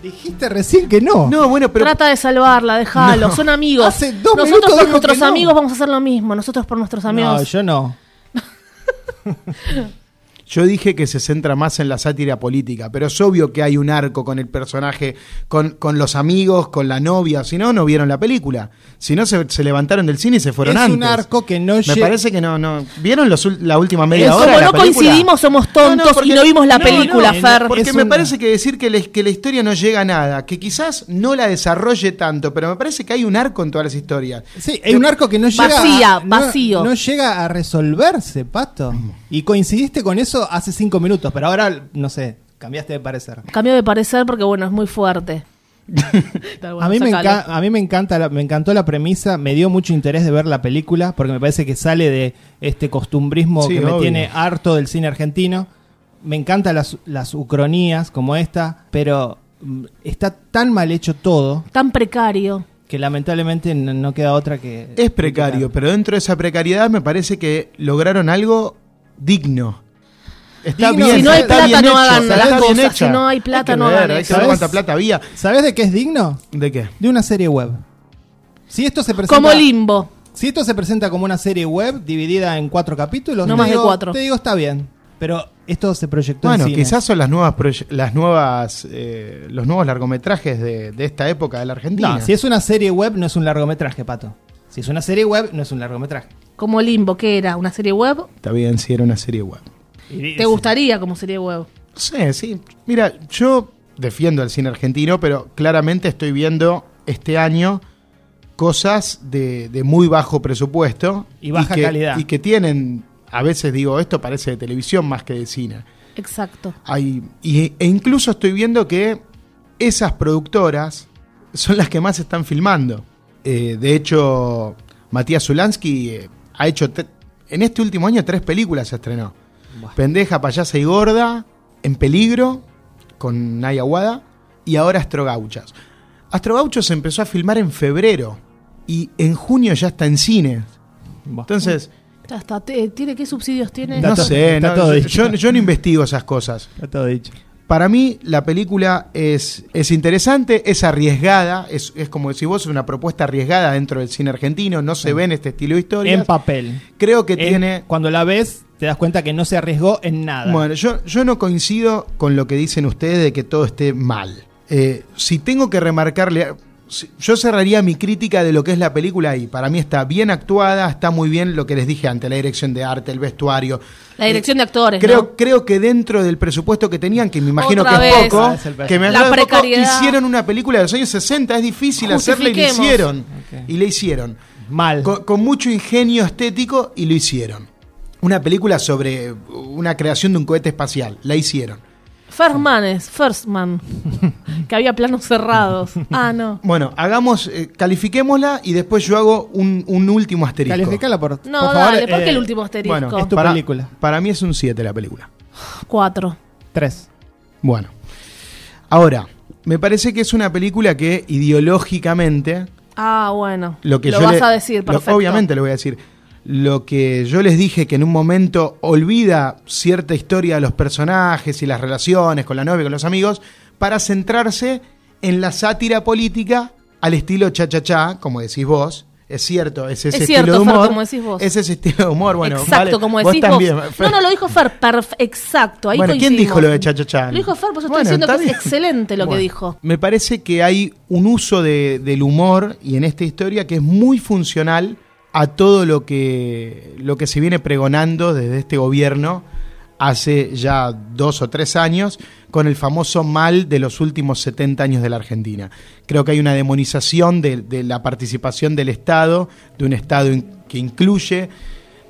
Speaker 2: Dijiste recién que no.
Speaker 4: No, bueno, pero.
Speaker 3: Trata de salvarla, déjalo, son amigos.
Speaker 2: Hace dos minutos
Speaker 3: Nosotros por
Speaker 2: dijo
Speaker 3: nuestros
Speaker 2: que no.
Speaker 3: amigos vamos a hacer lo mismo, nosotros por nuestros amigos.
Speaker 2: No, yo no.
Speaker 4: Yo dije que se centra más en la sátira política, pero es obvio que hay un arco con el personaje, con, con los amigos, con la novia. Si no, no vieron la película. Si no, se, se levantaron del cine y se fueron
Speaker 2: Es
Speaker 4: antes.
Speaker 2: un arco que no
Speaker 4: Me
Speaker 2: lle-
Speaker 4: parece que no, no. ¿Vieron los ul- la última media
Speaker 3: Es
Speaker 4: hora?
Speaker 3: como
Speaker 4: de la
Speaker 3: no
Speaker 4: película?
Speaker 3: coincidimos, somos tontos y no vimos la película, Fer.
Speaker 4: Porque
Speaker 2: Es
Speaker 4: me
Speaker 2: un-
Speaker 4: parece que decir que, les- que la historia no llega a nada, que quizás no la desarrolle tanto, pero me parece que hay un arco en todas las historias.
Speaker 2: Sí, hay un arco que no llega
Speaker 3: Vacía,
Speaker 2: a, no-
Speaker 3: vacío.
Speaker 2: No, llega a resolverse, Pato. Y coincidiste con eso hace cinco minutos, pero ahora, no sé, cambiaste de parecer.
Speaker 3: Cambio de parecer porque, bueno, es muy fuerte. Está bueno,
Speaker 2: a, mí me
Speaker 3: sacalo.
Speaker 2: enca- a mí me encanta, la- me encantó la premisa, me dio mucho interés de ver la película, porque me parece que sale de este costumbrismo
Speaker 4: Sí,
Speaker 2: que
Speaker 4: obvio.
Speaker 2: me tiene harto del cine argentino. Me encantan las, las ucronías como esta, pero mm, está tan mal hecho todo
Speaker 3: Tan precario.
Speaker 2: que lamentablemente no, no queda otra que...
Speaker 4: Es precario, pero dentro de esa precariedad me parece que lograron algo digno. Está
Speaker 2: Digno,
Speaker 4: bien,
Speaker 2: si no hay
Speaker 4: está
Speaker 2: plata,
Speaker 4: bien
Speaker 3: no
Speaker 4: hecho,
Speaker 3: hagan
Speaker 4: está
Speaker 3: las
Speaker 4: bien
Speaker 3: cosas,
Speaker 4: hecha.
Speaker 3: si no hay plata,
Speaker 4: que
Speaker 3: no
Speaker 4: ver,
Speaker 3: hagan
Speaker 4: Hay que
Speaker 3: eso.
Speaker 4: ver cuánta
Speaker 2: ¿Sabes?
Speaker 4: plata había.
Speaker 2: ¿Sabes de qué es digno?
Speaker 4: ¿De qué?
Speaker 2: De una serie web. Si esto se presenta...
Speaker 3: Como limbo.
Speaker 2: Si esto se presenta como una serie web dividida en cuatro capítulos,
Speaker 3: No
Speaker 2: te
Speaker 3: más de
Speaker 2: digo-
Speaker 3: cuatro.
Speaker 2: Te digo, está bien. Pero esto se proyectó
Speaker 4: Bueno,
Speaker 2: en cine.
Speaker 4: quizás son las nuevas, proye- las nuevas, eh, los nuevos largometrajes de, de esta época de la Argentina.
Speaker 2: No, si es una serie web, no es un largometraje, pato. Si es una serie web, no es un largometraje.
Speaker 3: Como limbo, ¿qué era? ¿Una serie web?
Speaker 4: Está bien, si era una serie web.
Speaker 2: Y-
Speaker 3: ¿Te gustaría como serie web?
Speaker 4: No sé, sí. Mira, yo defiendo el cine argentino, pero claramente estoy viendo este año cosas de, de muy bajo presupuesto
Speaker 2: Y baja
Speaker 4: que-
Speaker 2: calidad.
Speaker 4: Y que tienen, a veces digo, esto parece de televisión más que de cine.
Speaker 3: Exacto.
Speaker 4: Hay- y- e incluso estoy viendo que esas productoras son las que más están filmando. Eh, de hecho, Matías Zulansky eh, ha hecho, tre- en este último año, tres películas se estrenó. Pendeja, payasa y gorda, En peligro, con Naya Wada, y ahora Astrogauchas. Astrogauchos se empezó a filmar en febrero y en junio ya está en cine.
Speaker 2: Buah.
Speaker 4: Entonces,
Speaker 3: Ya está. Te- ¿Tiene, ¿Qué subsidios tiene?
Speaker 2: Está
Speaker 4: no
Speaker 2: todo-
Speaker 4: sé,
Speaker 2: está
Speaker 4: no-
Speaker 2: todo dicho.
Speaker 4: yo- yo no investigo esas cosas.
Speaker 2: Está todo dicho.
Speaker 4: Para mí, la película es, es interesante, es arriesgada, es, es como decís vos, es una propuesta arriesgada dentro del cine argentino, no se ve en este estilo de historia.
Speaker 2: Mm. En papel.
Speaker 4: Creo que
Speaker 2: En-
Speaker 4: tiene.
Speaker 2: Cuando la ves, te das cuenta que no se arriesgó en nada.
Speaker 4: Bueno, yo, yo no coincido con lo que dicen ustedes de que todo esté mal. Eh, si tengo que remarcarle. si- Yo cerraría mi crítica de lo que es la película ahí. Para mí está bien actuada, está muy bien lo que les dije antes, la dirección de arte, el vestuario.
Speaker 3: La dirección de actores.
Speaker 4: Creo,
Speaker 3: ¿no?
Speaker 4: creo que dentro del presupuesto que tenían, que me imagino
Speaker 3: Otra
Speaker 4: que es
Speaker 3: vez.
Speaker 4: poco,
Speaker 2: Ah, es el
Speaker 4: que me
Speaker 3: La
Speaker 4: hablaron poco,
Speaker 3: precariedad.
Speaker 4: hicieron una película de los años 60, es difícil hacerla y la
Speaker 3: Justifiquemos.
Speaker 4: hicieron. Y la hicieron.
Speaker 2: Mal.
Speaker 4: con, con mucho ingenio estético y lo hicieron. Una película sobre una creación de un cohete espacial, la hicieron.
Speaker 3: First Man es, First Man. que había planos cerrados. Ah, no.
Speaker 4: Bueno, hagamos, eh, califiquémosla y después yo hago un, un último asterisco.
Speaker 2: Calificala por,
Speaker 3: No,
Speaker 2: por favor.
Speaker 3: dale, ¿por qué
Speaker 2: eh,
Speaker 3: el último asterisco?
Speaker 4: Bueno,
Speaker 2: es tu
Speaker 4: para,
Speaker 2: película.
Speaker 4: Para mí es un 7 la película.
Speaker 3: Cuatro.
Speaker 2: Tres.
Speaker 4: Bueno. Ahora, me parece que es una película que ideológicamente
Speaker 3: Ah, bueno.
Speaker 4: lo que yo
Speaker 3: vas
Speaker 4: le-
Speaker 3: a decir,
Speaker 4: lo-
Speaker 3: perfecto.
Speaker 4: obviamente lo voy a decir. Lo que yo les dije que en un momento olvida cierta historia de los personajes y las relaciones con la novia, con los amigos, para centrarse en la sátira política al estilo cha-cha-cha, como decís vos. Es cierto, es ese
Speaker 3: Es
Speaker 4: estilo
Speaker 3: cierto,
Speaker 4: de
Speaker 3: Fer,
Speaker 4: humor.
Speaker 3: como decís vos.
Speaker 4: Es ese estilo de humor, bueno.
Speaker 3: exacto,
Speaker 4: vale,
Speaker 3: como
Speaker 4: vos
Speaker 3: decís
Speaker 4: también,
Speaker 3: vos.
Speaker 4: Fer.
Speaker 3: No, no, lo dijo Fer, perf- exacto. Ahí
Speaker 4: Bueno, ¿quién
Speaker 3: coincidimos.
Speaker 4: dijo lo de cha-cha-cha?
Speaker 3: Lo dijo Fer, pues yo
Speaker 4: Bueno,
Speaker 3: estoy diciendo
Speaker 4: está
Speaker 3: que es
Speaker 4: bien.
Speaker 3: excelente lo
Speaker 4: Bueno,
Speaker 3: que dijo.
Speaker 4: Me parece que hay un uso de- del humor y en esta historia que es muy funcional a todo lo que, lo que se viene pregonando desde este gobierno hace ya dos o tres años con el famoso mal de los últimos 70 años de la Argentina. Creo que hay una demonización de, de la participación del Estado, de un Estado in- que incluye,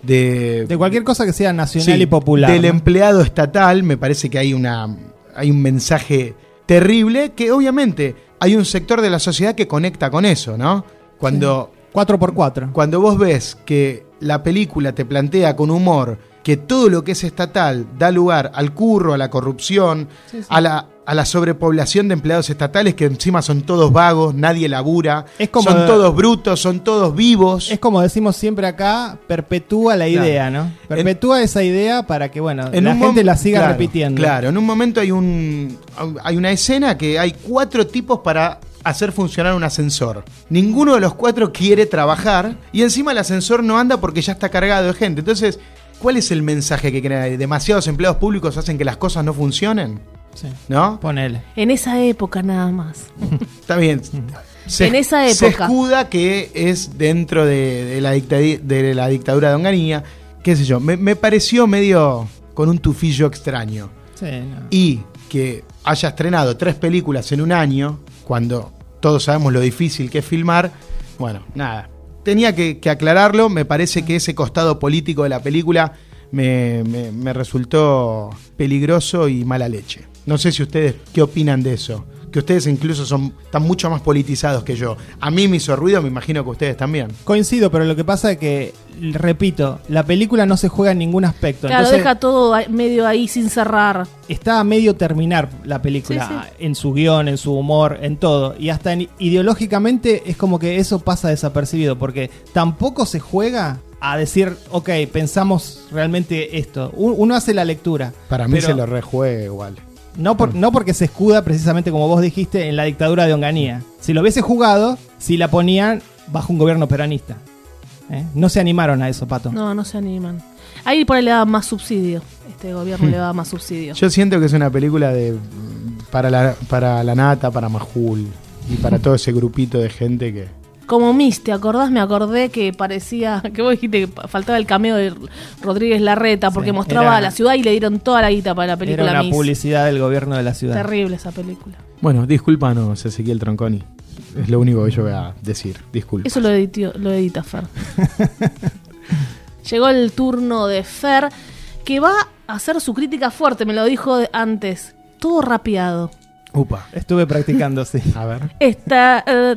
Speaker 4: de,
Speaker 2: De cualquier cosa que sea nacional
Speaker 4: Sí,
Speaker 2: y popular.
Speaker 4: Del em-
Speaker 2: ¿no?
Speaker 4: empleado estatal, me parece que hay, una, hay un mensaje terrible que obviamente hay un sector de la sociedad que conecta con eso, ¿no? Cuando,
Speaker 2: 4x4.
Speaker 4: cuando vos ves que la película te plantea con humor que todo lo que es estatal da lugar al curro, a la corrupción, A, la, a la sobrepoblación de empleados estatales que encima son todos vagos, nadie labura,
Speaker 2: Es como-
Speaker 4: son todos brutos, son todos vivos.
Speaker 2: Es como decimos siempre acá, perpetúa la
Speaker 4: Claro.
Speaker 2: idea, ¿no? Perpetúa esa idea para que, bueno,
Speaker 4: En
Speaker 2: la
Speaker 4: un
Speaker 2: gente
Speaker 4: mom-
Speaker 2: la siga
Speaker 4: claro,
Speaker 2: repitiendo.
Speaker 4: Claro, en un momento hay un hay una escena que hay cuatro tipos para hacer funcionar un ascensor. Ninguno de los cuatro quiere trabajar y encima el ascensor no anda porque ya está cargado de gente. Entonces, ¿cuál es el mensaje que crean? ahí? ¿Demasiados empleados públicos hacen que las cosas no funcionen?
Speaker 2: Sí.
Speaker 4: ¿No?
Speaker 2: Ponele.
Speaker 3: En esa época nada más.
Speaker 4: Está bien. Se,
Speaker 3: En esa
Speaker 4: se
Speaker 3: época.
Speaker 4: escuda que es dentro de, de la, dictadi- de la dictadura de Onganía. Qué sé yo. Me- me pareció medio con un tufillo extraño.
Speaker 2: Sí, no.
Speaker 4: y que haya estrenado tres películas en un año, cuando todos sabemos lo difícil que es filmar, bueno, nada. Tenía que, que aclararlo, me parece que ese costado político de la película me, me- me resultó peligroso y mala leche. No sé si ustedes qué opinan de eso. Que ustedes incluso son, están mucho más politizados que yo. A mí me hizo ruido, me imagino que ustedes también.
Speaker 2: Coincido, pero lo que pasa es que, l- repito, la película no se juega en ningún aspecto.
Speaker 3: Claro,
Speaker 2: entonces
Speaker 3: deja todo ahí- medio ahí sin cerrar.
Speaker 2: está a medio terminar la película
Speaker 3: Sí,
Speaker 2: en su guión, en su humor, en todo. Y hasta en- ideológicamente es como que eso pasa desapercibido, porque tampoco se juega a decir, ok, pensamos realmente esto. U- Uno hace la lectura.
Speaker 4: Para mí
Speaker 2: pero
Speaker 4: se lo rejuega igual.
Speaker 2: No, por- no porque se escuda precisamente, como vos dijiste, en la dictadura de Onganía. Si lo hubiese jugado, si la ponían bajo un gobierno peronista. ¿Eh? No se animaron a eso, Pato.
Speaker 3: No, no se animan. Ahí por ahí le da más subsidio. Este gobierno le da más subsidio.
Speaker 4: Hmm. Yo siento que es una película de para la, para la nata, para Majul y para todo ese grupito de gente que.
Speaker 3: Como Miss, ¿te acordás? Me acordé que parecía. Que vos dijiste que faltaba el cameo de Rodríguez Larreta porque
Speaker 2: Sí,
Speaker 3: mostraba
Speaker 2: era-
Speaker 3: la ciudad y le dieron toda la guita para la
Speaker 2: Era
Speaker 3: película
Speaker 2: una
Speaker 3: Miss.
Speaker 2: publicidad del gobierno de la ciudad.
Speaker 3: Terrible esa película.
Speaker 4: Bueno, discúlpanos, Ezequiel Tronconi. Es lo único que yo voy a decir. Disculpa.
Speaker 3: Eso lo, editió- lo edita Fer. Llegó el turno de Fer, que va a hacer su crítica fuerte, me lo dijo de- antes. Todo rapeado.
Speaker 4: Upa.
Speaker 2: Estuve practicando, sí.
Speaker 4: A ver.
Speaker 3: Está. eh,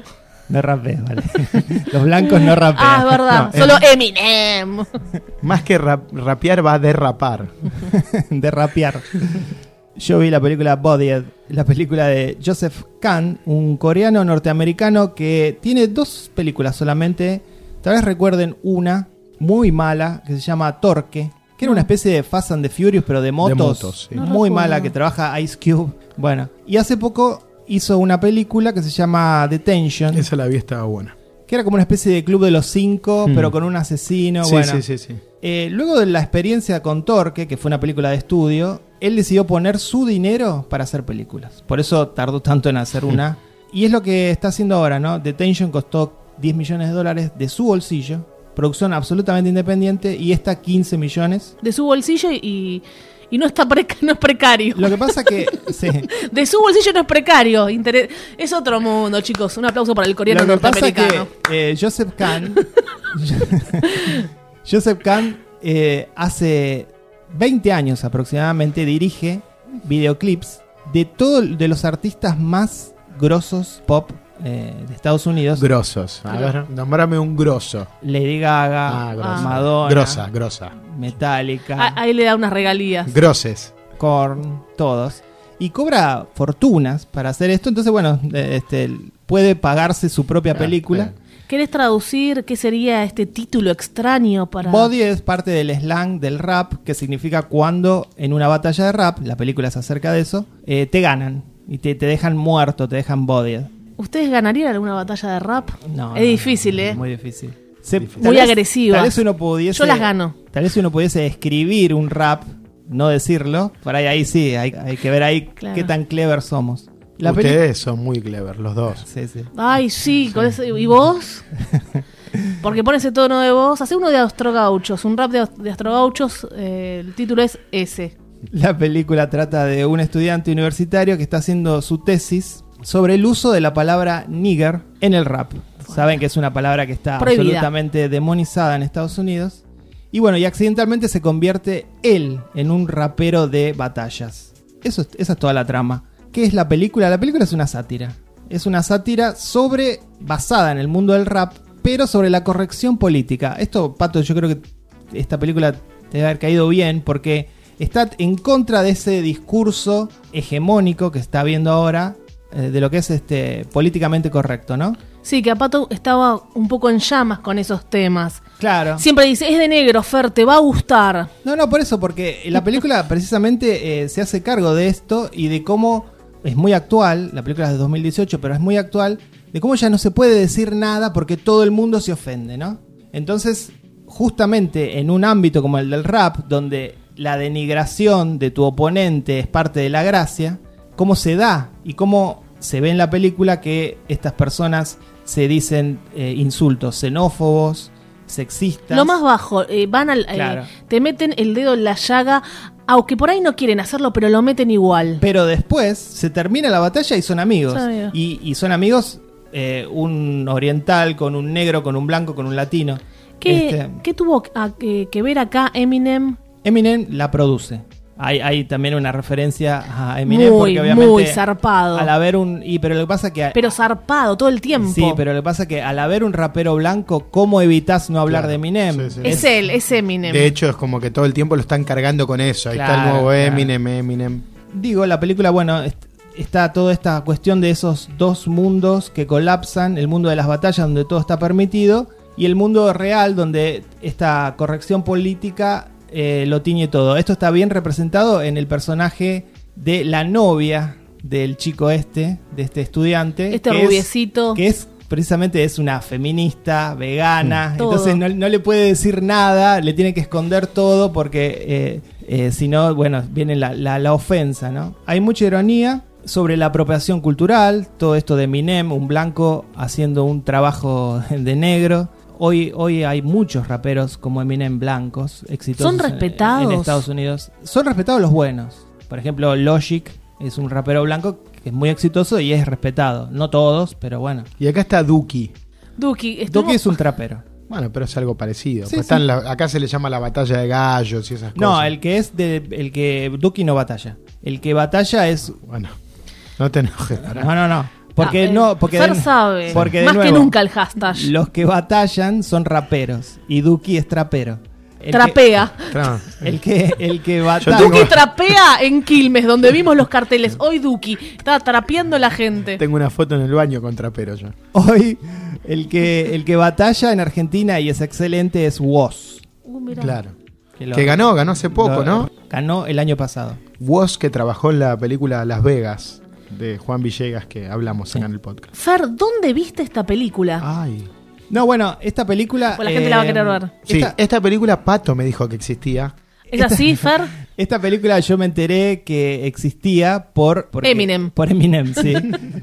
Speaker 2: No rapé, vale. Los blancos no eh. rapean.
Speaker 3: ah, es verdad.
Speaker 4: No,
Speaker 3: Solo Eminem.
Speaker 4: Más que rap- rapear, va a derrapar.
Speaker 2: de rapear. Yo vi la película Bodied, la película de Joseph Kahn, un coreano norteamericano que tiene dos películas solamente. Tal vez recuerden una muy mala que se llama Torque, que era una especie de Fast and the Furious, pero de motos.
Speaker 4: motos, sí.
Speaker 3: No
Speaker 2: muy
Speaker 3: recuerdo.
Speaker 2: mala, que trabaja Ice Cube. Bueno, y hace poco hizo una película que se llama Detention,
Speaker 4: Esa la vi, estaba buena.
Speaker 2: que era como una especie de club de los cinco,
Speaker 4: Hmm.
Speaker 2: pero con un asesino.
Speaker 4: sí,
Speaker 2: bueno,
Speaker 4: sí, sí, sí.
Speaker 2: eh, luego de la experiencia con Torque, que fue una película de estudio, él decidió poner su dinero para hacer películas. Por eso tardó tanto en hacer una. Y es lo que está haciendo ahora, ¿no? Detention costó 10 millones de dólares de su bolsillo, producción absolutamente independiente, y esta 15 millones.
Speaker 3: De su bolsillo y, y no está preca- no es precario.
Speaker 2: Lo que pasa que. sí.
Speaker 3: De su bolsillo no es precario. Inter- Es otro mundo, chicos. Un aplauso para el coreano
Speaker 2: Lo que pasa
Speaker 3: norteamericano.
Speaker 2: que eh, Joseph Kahn. Joseph Kahn eh, hace 20 años aproximadamente dirige videoclips de todos de los artistas más grosos pop eh, de Estados Unidos.
Speaker 4: Grosos. A ver, nombrame un grosso.
Speaker 2: Lady Gaga,
Speaker 4: Ah, grosso.
Speaker 2: Madonna,
Speaker 4: Grosa, grosa.
Speaker 2: Metallica.
Speaker 3: Ah, Ahí le da unas regalías.
Speaker 4: Groses.
Speaker 2: Korn, todos. Y cobra fortunas para hacer esto. Entonces, bueno, eh, este, puede pagarse su propia
Speaker 4: Claro,
Speaker 2: película.
Speaker 4: claro.
Speaker 3: ¿Querés traducir qué sería este título extraño para
Speaker 2: Body es parte del slang del rap, que significa cuando en una batalla de rap, la película es acerca de eso, eh, te ganan y te, te dejan muerto, te dejan bodied.
Speaker 3: ¿Ustedes ganarían alguna batalla de rap?
Speaker 2: No,
Speaker 3: es
Speaker 2: no,
Speaker 3: difícil,
Speaker 2: no,
Speaker 3: ¿eh?
Speaker 2: Muy difícil. Se-
Speaker 4: Difícil.
Speaker 2: tal
Speaker 3: Muy
Speaker 2: vez-
Speaker 3: agresivas.
Speaker 2: Tal vez uno pudiese,
Speaker 3: Yo las gano.
Speaker 2: Tal vez uno pudiese escribir un rap, no decirlo. Por ahí, ahí sí, hay, hay que ver ahí
Speaker 3: Claro.
Speaker 2: qué tan clever somos. La peli-
Speaker 4: Ustedes son muy clever, los dos.
Speaker 2: Sí, sí.
Speaker 3: Ay, sí, con ese- ¿y vos? Porque pon ese tono de voz. Hace uno de Astrogauchos, un rap de, Ast- de Astrogauchos. eh, el título es ese.
Speaker 2: La película trata de un estudiante universitario que está haciendo su tesis sobre el uso de la palabra nigger en el rap. Saben que es una palabra que está
Speaker 3: Prohibida.
Speaker 2: absolutamente demonizada en Estados Unidos. Y bueno, y accidentalmente se convierte él en un rapero de batallas. Eso es- esa es toda la trama. ¿Qué es la película? La película es una sátira. Es una sátira sobre, basada en el mundo del rap, pero sobre la corrección política. Esto, Pato, yo creo que esta película te debe haber caído bien porque está en contra de ese discurso hegemónico que está viendo ahora eh, de lo que es este políticamente correcto, ¿no?
Speaker 3: Sí, que Apato estaba un poco en llamas con esos temas.
Speaker 2: Claro.
Speaker 3: Siempre dice, es de negro, Fer, te va a gustar.
Speaker 2: No, no, por eso, porque la película precisamente eh, se hace cargo de esto y de cómo es muy actual, la película es de 2018, pero es muy actual, de cómo ya no se puede decir nada porque todo el mundo se ofende, ¿no? Entonces, justamente en un ámbito como el del rap, donde la denigración de tu oponente es parte de la gracia, cómo se da y cómo se ve en la película que estas personas se dicen eh, insultos xenófobos, sexistas.
Speaker 3: Lo más bajo, eh, van al, eh,
Speaker 2: Claro.
Speaker 3: te meten el dedo en la llaga, aunque por ahí no quieren hacerlo, pero lo meten igual.
Speaker 2: Pero después se termina la batalla y son amigos.
Speaker 3: Son amigos.
Speaker 2: Y, y son amigos eh, un oriental con un negro, con un blanco, con un latino.
Speaker 3: ¿Qué,
Speaker 2: Este,
Speaker 3: qué tuvo a- que, que ver acá Eminem?
Speaker 2: Eminem la produce. Hay, hay también una referencia a Eminem
Speaker 3: Muy,
Speaker 2: porque obviamente
Speaker 3: muy zarpado.
Speaker 2: al haber un y pero lo que pasa que
Speaker 3: Pero zarpado todo el tiempo.
Speaker 2: sí, pero lo que pasa que al haber un rapero blanco, ¿cómo evitas no hablar
Speaker 4: Claro,
Speaker 2: de Eminem?
Speaker 4: sí, sí.
Speaker 3: es, él, es Eminem.
Speaker 4: De hecho, es como que todo el tiempo lo están cargando con eso. Ahí está
Speaker 2: Claro,
Speaker 4: el nuevo
Speaker 2: claro.
Speaker 4: Eminem, Eminem.
Speaker 2: Digo, la película, bueno, est- está toda esta cuestión de esos dos mundos que colapsan, el mundo de las batallas donde todo está permitido y el mundo real donde esta corrección política eh, lo tiñe todo. Esto está bien representado en el personaje de la novia del chico este, de este estudiante.
Speaker 3: Este
Speaker 2: que es-
Speaker 3: rubiecito.
Speaker 2: que es precisamente es una feminista, vegana,
Speaker 3: Todo.
Speaker 2: entonces no, no le puede decir nada, le tiene que esconder todo porque eh, eh, si no, bueno, viene la, la- la ofensa, ¿no? Hay mucha ironía sobre la apropiación cultural, todo esto de Minem, un blanco haciendo un trabajo de negro. Hoy, hoy hay muchos raperos como Eminem blancos exitosos
Speaker 3: Son
Speaker 2: eh, en-
Speaker 3: respetados.
Speaker 2: en Estados Unidos. Son respetados los buenos. Por ejemplo, Logic es un rapero blanco que es muy exitoso y es respetado. No todos, pero bueno.
Speaker 4: Y acá está Duki.
Speaker 3: Duki, estuvimos-
Speaker 2: Doki es un trapero.
Speaker 4: Bueno, pero es algo parecido.
Speaker 2: Sí,
Speaker 4: Pues están la- acá se le llama la batalla de gallos y esas cosas.
Speaker 2: No, el que es de. El que. Duki no batalla. El que batalla es.
Speaker 4: Bueno, no te enojes. pará.
Speaker 2: No, no, no. Porque
Speaker 3: Ah, eh,
Speaker 2: no. Porque
Speaker 3: Fer
Speaker 2: de-
Speaker 3: sabe.
Speaker 2: Porque de
Speaker 3: Más que
Speaker 2: nuevo,
Speaker 3: nunca el hashtag.
Speaker 2: Los que batallan son raperos. Y Duki es trapero. El
Speaker 3: Trapea.
Speaker 4: Tra-
Speaker 2: Que, el que, el que
Speaker 4: tengo-
Speaker 2: batalla.
Speaker 3: Duki trapea en Quilmes, donde vimos los carteles. Hoy Duki está trapeando la gente.
Speaker 4: Tengo una foto en el baño con trapero yo.
Speaker 2: Hoy. El que, el que batalla en Argentina y es excelente es Woz.
Speaker 3: Uh, mirá.
Speaker 4: Claro.
Speaker 2: lo-
Speaker 4: Que ganó, ganó hace poco,
Speaker 2: lo-
Speaker 4: ¿no?
Speaker 2: Ganó el año pasado.
Speaker 4: Woz que trabajó en la película Las Vegas de Juan Villegas que hablamos acá en el podcast.
Speaker 3: Fer, ¿dónde viste esta película?
Speaker 2: Ah,
Speaker 4: Ay.
Speaker 2: No, bueno, esta película. eh,
Speaker 3: Pues la gente la va a querer ver.
Speaker 4: Sí,
Speaker 2: esta-
Speaker 4: esta, película Pato me dijo que existía.
Speaker 3: ¿Es así, Fer?
Speaker 2: Esta película yo me enteré que existía por porque-
Speaker 3: Eminem.
Speaker 2: Por Eminem, sí.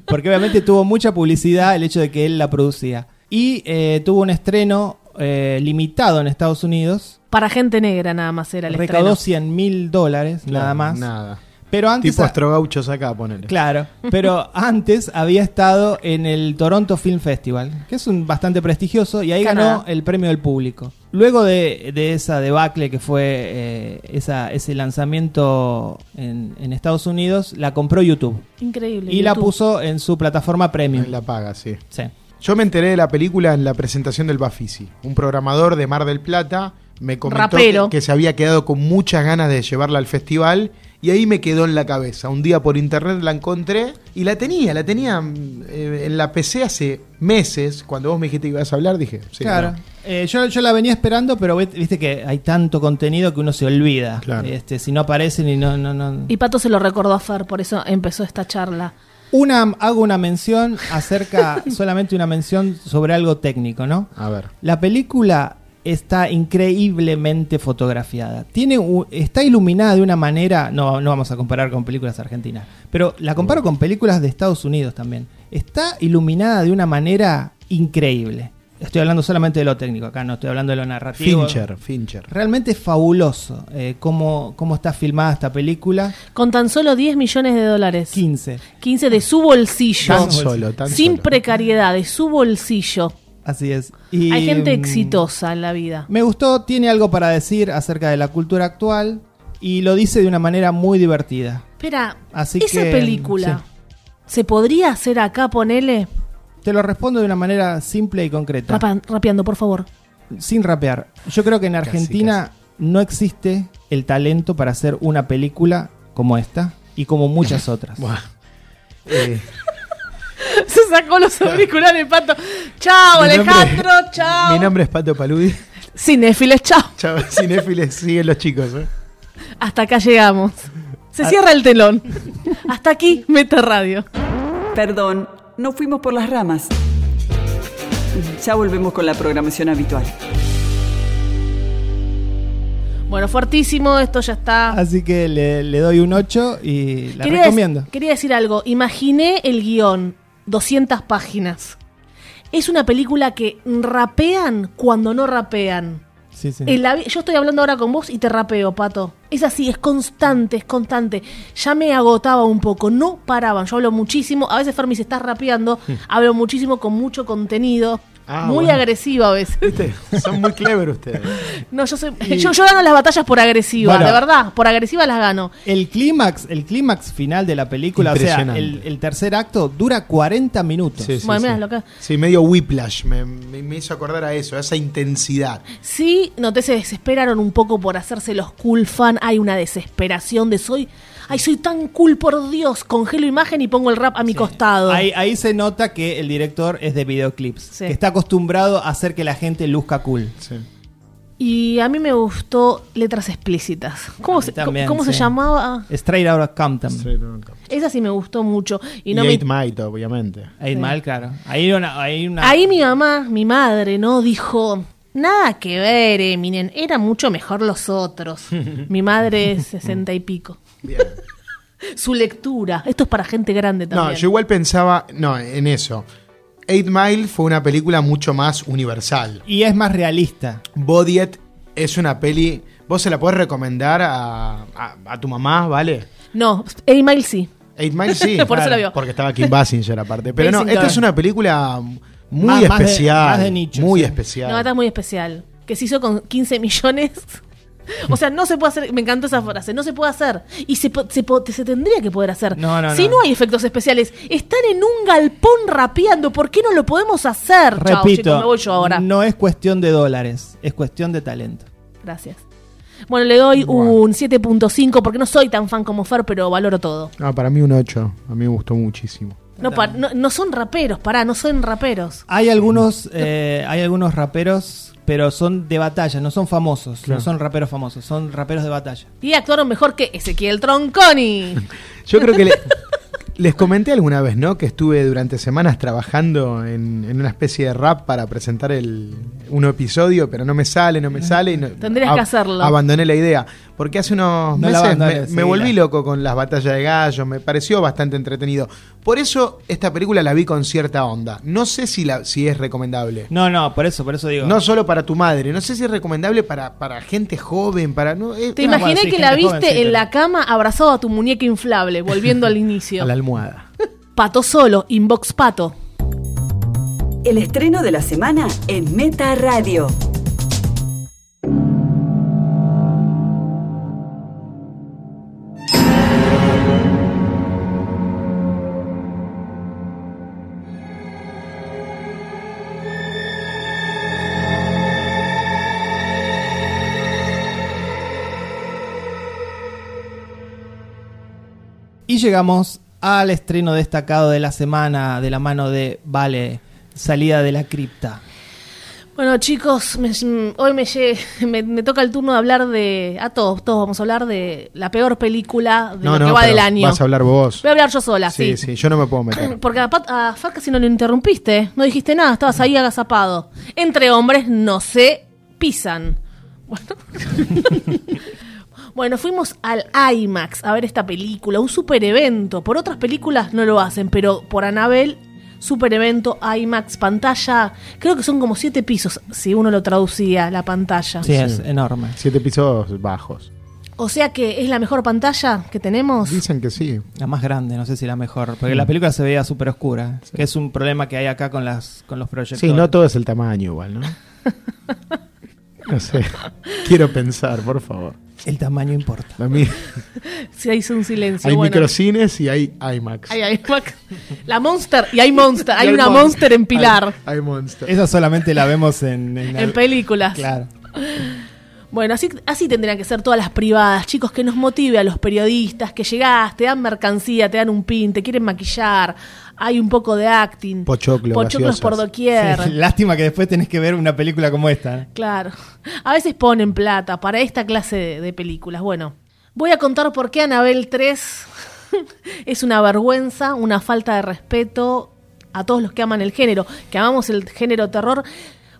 Speaker 2: porque obviamente tuvo mucha publicidad el hecho de que él la producía. Y eh, tuvo un estreno eh, limitado en Estados Unidos.
Speaker 3: Para gente negra nada más era el
Speaker 2: Recaudó
Speaker 3: estreno.
Speaker 2: 100 mil dólares, nada más.
Speaker 4: Nada.
Speaker 2: Pero antes.
Speaker 4: Tipo
Speaker 2: a-
Speaker 4: astrogauchos acá, ponele.
Speaker 2: Claro, pero antes había estado en el Toronto Film Festival, que es un bastante prestigioso, y ahí
Speaker 3: Canadá.
Speaker 2: ganó el premio del público. Luego de, de esa debacle que fue eh, esa, ese lanzamiento en, en Estados Unidos, la compró YouTube
Speaker 3: Increíble.
Speaker 2: y la
Speaker 3: YouTube.
Speaker 2: puso en su plataforma premium.
Speaker 4: La paga, sí.
Speaker 2: Sí.
Speaker 4: Yo me enteré de la película en la presentación del Bafisi. Un programador de Mar del Plata me comentó que,
Speaker 3: Rapero.
Speaker 4: que se había quedado con muchas ganas de llevarla al festival y ahí me quedó en la cabeza. Un día por internet la encontré y la tenía, la tenía mm, eh, en la PC hace meses. Cuando vos me dijiste que ibas a hablar, dije, sí,
Speaker 2: claro.
Speaker 4: no.
Speaker 2: Eh, yo, yo la venía esperando, pero ve- viste que hay tanto contenido que uno se olvida.
Speaker 4: Claro.
Speaker 2: Este, si no aparecen y no, no, no.
Speaker 3: Y Pato se lo recordó a Fer, por eso empezó esta charla.
Speaker 2: Una, hago una mención acerca, solamente una mención sobre algo técnico, ¿no?
Speaker 4: A ver.
Speaker 2: La película está increíblemente fotografiada. Tiene u- está iluminada de una manera, no, no vamos a comparar con películas argentinas, pero la comparo con películas de Estados Unidos también. Está iluminada de una manera increíble. Estoy hablando solamente de lo técnico, acá no estoy hablando de lo narrativo.
Speaker 4: Fincher, Fincher.
Speaker 2: Realmente es fabuloso eh, cómo, cómo está filmada esta película.
Speaker 3: Con tan solo 10 millones de dólares.
Speaker 2: 15.
Speaker 3: 15 de su bolsillo.
Speaker 4: Tan solo, tan
Speaker 3: sin
Speaker 4: solo.
Speaker 3: precariedad, de su bolsillo.
Speaker 2: Así es. Y,
Speaker 3: Hay gente
Speaker 2: mm,
Speaker 3: exitosa en la vida.
Speaker 2: Me gustó, tiene algo para decir acerca de la cultura actual y lo dice de una manera muy divertida.
Speaker 3: Espera,
Speaker 2: Así
Speaker 3: esa
Speaker 2: que,
Speaker 3: película, ¿se podría hacer acá, ponele?
Speaker 2: Te lo respondo de una manera simple y concreta,
Speaker 3: Rapa- rapeando, por favor.
Speaker 2: sin rapear. Yo creo que en
Speaker 4: Casi,
Speaker 2: Argentina no existe el talento para hacer una película como esta y como muchas otras.
Speaker 4: Buah. Eh,
Speaker 3: Se sacó los auriculares, Pato. Chao,
Speaker 4: mi nombre-
Speaker 3: Alejandro, chao.
Speaker 4: Mi nombre es Pato Paludi.
Speaker 3: Cinéfiles, chao.
Speaker 4: Chao, cinéfiles, siguen los chicos. ¿eh?
Speaker 3: Hasta acá llegamos. Se
Speaker 2: Ah.
Speaker 3: cierra el telón. Hasta aquí, Meta Radio.
Speaker 5: Perdón, no fuimos por las ramas. Ya volvemos con la programación habitual.
Speaker 3: Bueno, fuertísimo, esto ya está.
Speaker 2: Así que le, le doy un 8 y la
Speaker 3: Quería dec-
Speaker 2: recomiendo.
Speaker 3: quería decir algo. Imaginé el guión, 200 páginas. Es una película que rapean cuando no rapean.
Speaker 2: Sí, sí.
Speaker 3: En la vi- yo estoy hablando ahora con vos y te rapeo, pato. Es así, es constante, es constante. Ya me agotaba un poco, no paraban. Yo hablo muchísimo. A veces Fermi se está rapeando, hablo muchísimo con mucho contenido.
Speaker 4: Ah,
Speaker 3: muy
Speaker 4: bueno.
Speaker 3: agresivo a veces.
Speaker 4: ¿Viste? Son muy clever ustedes.
Speaker 3: No, yo, soy, yo, yo gano las batallas por agresiva,
Speaker 2: Bueno.
Speaker 3: de verdad. Por agresiva las gano.
Speaker 2: El clímax, el clímax final de la película, o sea,
Speaker 4: Impresionante.
Speaker 2: el, el tercer acto dura 40 minutos.
Speaker 4: Sí, sí,
Speaker 3: Bueno, mirá
Speaker 4: sí.
Speaker 3: lo que-
Speaker 4: Sí, medio whiplash, me, me- me hizo acordar a eso, a esa intensidad.
Speaker 3: Sí, noté se desesperaron un poco por hacerse los cool fan. Hay una desesperación de soy. Ay, soy tan cool, por Dios. Congelo imagen y pongo el rap a mi costado.
Speaker 2: Ahí, ahí se nota que el director es de videoclips,
Speaker 3: Sí.
Speaker 2: que está acostumbrado a hacer que la gente luzca cool.
Speaker 3: Y a mí me gustó letras explícitas. ¿Cómo,
Speaker 2: A mí
Speaker 3: se,
Speaker 2: también,
Speaker 3: ¿cómo se
Speaker 2: sí.
Speaker 3: llamaba?
Speaker 2: Straight Outta Compton.
Speaker 3: Esa sí me gustó mucho. Y
Speaker 4: Y
Speaker 3: no
Speaker 4: Eight
Speaker 3: me...
Speaker 4: Mile, obviamente.
Speaker 2: Ahí mal, claro. Ahí hay una, ahí hay una-
Speaker 3: Ah. Ahí mi mamá, mi madre, ¿no? Dijo, nada que ver, Eminem, era mucho mejor los otros. mi madre es sesenta y pico.
Speaker 4: Bien.
Speaker 3: Su lectura, esto es para gente grande
Speaker 4: No,
Speaker 3: también.
Speaker 4: yo igual pensaba, no, en eso. Eight Mile fue una película mucho más universal.
Speaker 2: Y es más realista.
Speaker 4: Bodiet es una peli, vos se la podés recomendar a, a- a tu mamá, ¿vale?
Speaker 3: No, Eight Mile sí.
Speaker 4: Eight Mile sí,
Speaker 3: Por eso la vio.
Speaker 4: porque estaba Kim Basinger aparte. Pero no,
Speaker 3: Basinger.
Speaker 4: esta es una película muy
Speaker 2: Más- más de-
Speaker 4: especial.
Speaker 2: más de nicho,
Speaker 4: Muy
Speaker 2: sí.
Speaker 4: especial.
Speaker 3: No, esta es muy especial. Que se hizo con 15 millones. O sea, no se puede hacer, me encantó esa frase, no se puede hacer. Y se, po- se, po- se tendría que poder hacer.
Speaker 2: No, no,
Speaker 3: si
Speaker 2: no.
Speaker 3: no. hay efectos especiales, están en un galpón rapeando, ¿por qué no lo podemos hacer? Chao,
Speaker 2: Repito,
Speaker 3: chicos, me voy yo ahora.
Speaker 2: no es cuestión de dólares, es cuestión de talento.
Speaker 3: Gracias. Bueno, le doy
Speaker 4: Bueno.
Speaker 3: un 7.5 porque no soy tan fan como Fer, pero valoro todo.
Speaker 4: No, para mí un 8. A mí me gustó muchísimo.
Speaker 3: No, pa- no, no son raperos, pará, no son raperos.
Speaker 2: Hay algunos, eh, hay algunos raperos, pero son de batalla, no son famosos,
Speaker 4: Claro.
Speaker 2: no son raperos famosos, son raperos de batalla.
Speaker 3: Y actuaron mejor que Ezequiel Tronconi.
Speaker 4: Yo creo que le- les comenté alguna vez, ¿no? Que estuve durante semanas trabajando en, en una especie de rap para presentar el, un episodio, pero no me sale, no me sale. y no-
Speaker 3: Tendrías que hacerlo.
Speaker 4: Abandoné la idea. Porque hace unos
Speaker 2: No la
Speaker 4: meses
Speaker 2: abandones,
Speaker 4: me,
Speaker 2: sí,
Speaker 4: me volví
Speaker 2: la-
Speaker 4: loco con las batallas de gallos, me pareció bastante entretenido. Por eso esta película la vi con cierta onda. No sé si, la, si es recomendable.
Speaker 2: No, no, por eso, por eso digo.
Speaker 4: No solo para tu madre, no sé si es recomendable para, para gente joven, para... No, eh,
Speaker 3: Te
Speaker 4: no,
Speaker 3: imaginé
Speaker 2: bueno, sí,
Speaker 3: que la
Speaker 2: gente
Speaker 3: viste
Speaker 2: joven, sí,
Speaker 3: en
Speaker 2: pero-
Speaker 3: la cama abrazado a tu muñeca inflable, volviendo al inicio.
Speaker 4: a la almohada.
Speaker 3: Pato solo, inbox pato.
Speaker 5: El estreno de la semana en Meta Radio.
Speaker 2: Y llegamos al estreno destacado de la semana de la mano de Vale, salida de la cripta.
Speaker 3: Bueno, chicos, me- mm, hoy me, lle- me, me toca el turno de hablar de. A todos, todos vamos a hablar de la peor película de lo que va
Speaker 4: pero
Speaker 3: del año.
Speaker 4: Vas a hablar vos.
Speaker 3: Voy a hablar yo sola, sí.
Speaker 4: Sí, sí, yo no me puedo meter.
Speaker 3: Porque a, Pat, a Fat casi no lo interrumpiste, no dijiste nada, estabas ahí agazapado. Entre hombres no se pisan. Bueno. Bueno, fuimos al IMAX a ver esta película, un super evento. Por otras películas no lo hacen, pero por Anabel, super evento, IMAX, pantalla. Creo que son como siete pisos, si uno lo traducía, la pantalla.
Speaker 2: Sí, es enorme.
Speaker 4: Siete pisos bajos.
Speaker 3: O sea que es la mejor pantalla que tenemos.
Speaker 4: Dicen que sí.
Speaker 2: La más grande, no sé si la mejor, porque
Speaker 4: Mm.
Speaker 2: la película se veía súper oscura, que es un problema que hay acá con las con los proyectos.
Speaker 4: Sí, no todo es el tamaño igual, ¿no? No sé. Quiero pensar, por favor.
Speaker 2: El tamaño importa.
Speaker 4: A mí-
Speaker 3: Se hizo un silencio.
Speaker 4: hay
Speaker 3: bueno.
Speaker 4: microcines y hay IMAX.
Speaker 3: Hay, hay Mac- la Monster, y hay Monster,
Speaker 4: Y
Speaker 3: hay una
Speaker 4: Mon-
Speaker 3: Monster en Pilar,
Speaker 4: Hay, hay Monster.
Speaker 2: Esa solamente la vemos en en,
Speaker 3: en películas.
Speaker 2: Claro.
Speaker 3: Bueno, así, así tendrían que ser todas las privadas, chicos, que nos motive a los periodistas, que llegás, te dan mercancía, te dan un pin, te quieren maquillar, hay un poco de acting.
Speaker 4: Pochoclo,
Speaker 3: Pochoclos
Speaker 4: gaseosas.
Speaker 3: por doquier.
Speaker 2: Sí, lástima que después tenés que ver una película como esta. ¿eh?
Speaker 3: Claro. A veces ponen plata para esta clase de, de películas. Bueno, voy a contar por qué Anabel 3 es una vergüenza, una falta de respeto a todos los que aman el género, que amamos el género terror.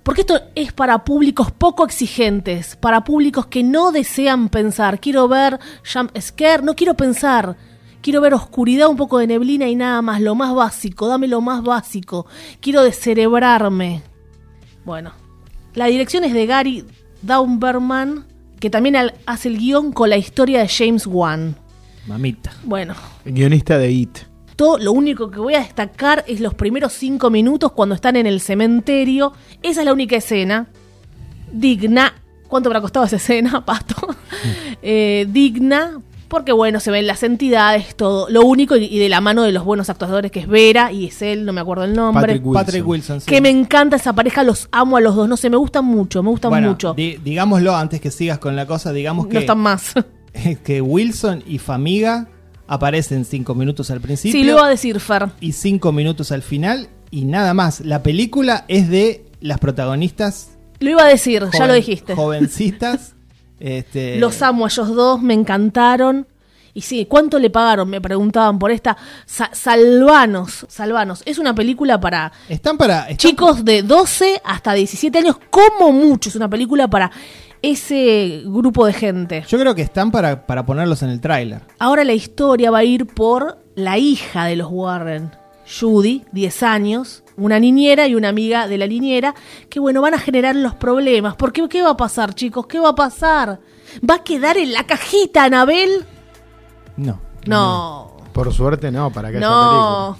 Speaker 3: Porque esto es para públicos poco exigentes, para públicos que no desean pensar. Quiero ver jump scare, no quiero pensar. Quiero ver oscuridad, un poco de neblina y nada más, lo más básico, dame lo más básico. Quiero descerebrarme. Bueno, la dirección es de Gary Daumberman, que también al- hace el guión con la historia de James Wan.
Speaker 2: Mamita.
Speaker 3: Bueno,
Speaker 4: Guionista de IT.
Speaker 3: todo lo único que voy a destacar es los primeros cinco minutos cuando están en el cementerio. Esa es la única escena digna. ¿Cuánto habrá costado esa escena, Pato? Eh, digna, porque bueno, se ven las entidades, todo. Lo único y, y de la mano de los buenos actuadores, que es Vera y es él, no me acuerdo el nombre.
Speaker 4: Patrick Wilson.
Speaker 2: Patrick Wilson. sí.
Speaker 3: Que me encanta esa pareja, los amo a los dos, no sé, me gustan mucho, me gustan
Speaker 2: Bueno,
Speaker 3: mucho.
Speaker 2: di- digámoslo antes que sigas con la cosa, digamos que
Speaker 3: No están más.
Speaker 2: que Wilson y Famiga aparecen cinco minutos al principio.
Speaker 3: Sí, lo va a decir Fer.
Speaker 2: y cinco minutos al final y nada más. La película es de las protagonistas.
Speaker 3: Lo iba a decir, ya
Speaker 2: joven-
Speaker 3: lo dijiste.
Speaker 2: Jovencitas. este,
Speaker 3: Los amo a ellos dos, me encantaron. Y sí, ¿cuánto le pagaron? Me preguntaban por esta. Sa- salvanos, salvanos. Es una película para
Speaker 2: Están para. están-
Speaker 3: chicos de 12 hasta 17 años, como mucho. Es una película para ese grupo de gente.
Speaker 2: Yo creo que están para, para ponerlos en el tráiler.
Speaker 3: Ahora la historia va a ir por la hija de los Warren, Judy, 10 años, una niñera y una amiga de la niñera, que bueno, van a generar los problemas. Porque, ¿qué va a pasar, chicos? ¿Qué va a pasar? ¿Va a quedar en la cajita, Anabel?
Speaker 2: No.
Speaker 3: No,
Speaker 4: Por suerte no, para que
Speaker 3: no.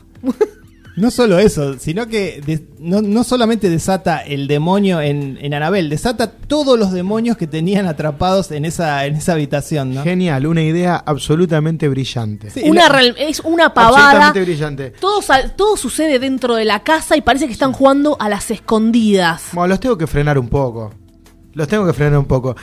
Speaker 2: No solo eso, sino que des- no, no solamente desata el demonio en, en Anabel, desata todos los demonios que tenían atrapados en esa, en esa habitación, ¿no?
Speaker 4: Genial, una idea absolutamente brillante.
Speaker 2: Sí,
Speaker 3: Una
Speaker 2: la-
Speaker 3: real- es una pavada.
Speaker 4: Absolutamente brillante.
Speaker 3: Todo, sal- todo sucede dentro de la casa y parece que están jugando a las escondidas.
Speaker 4: Bueno, los tengo que frenar un poco. Los tengo que frenar un poco.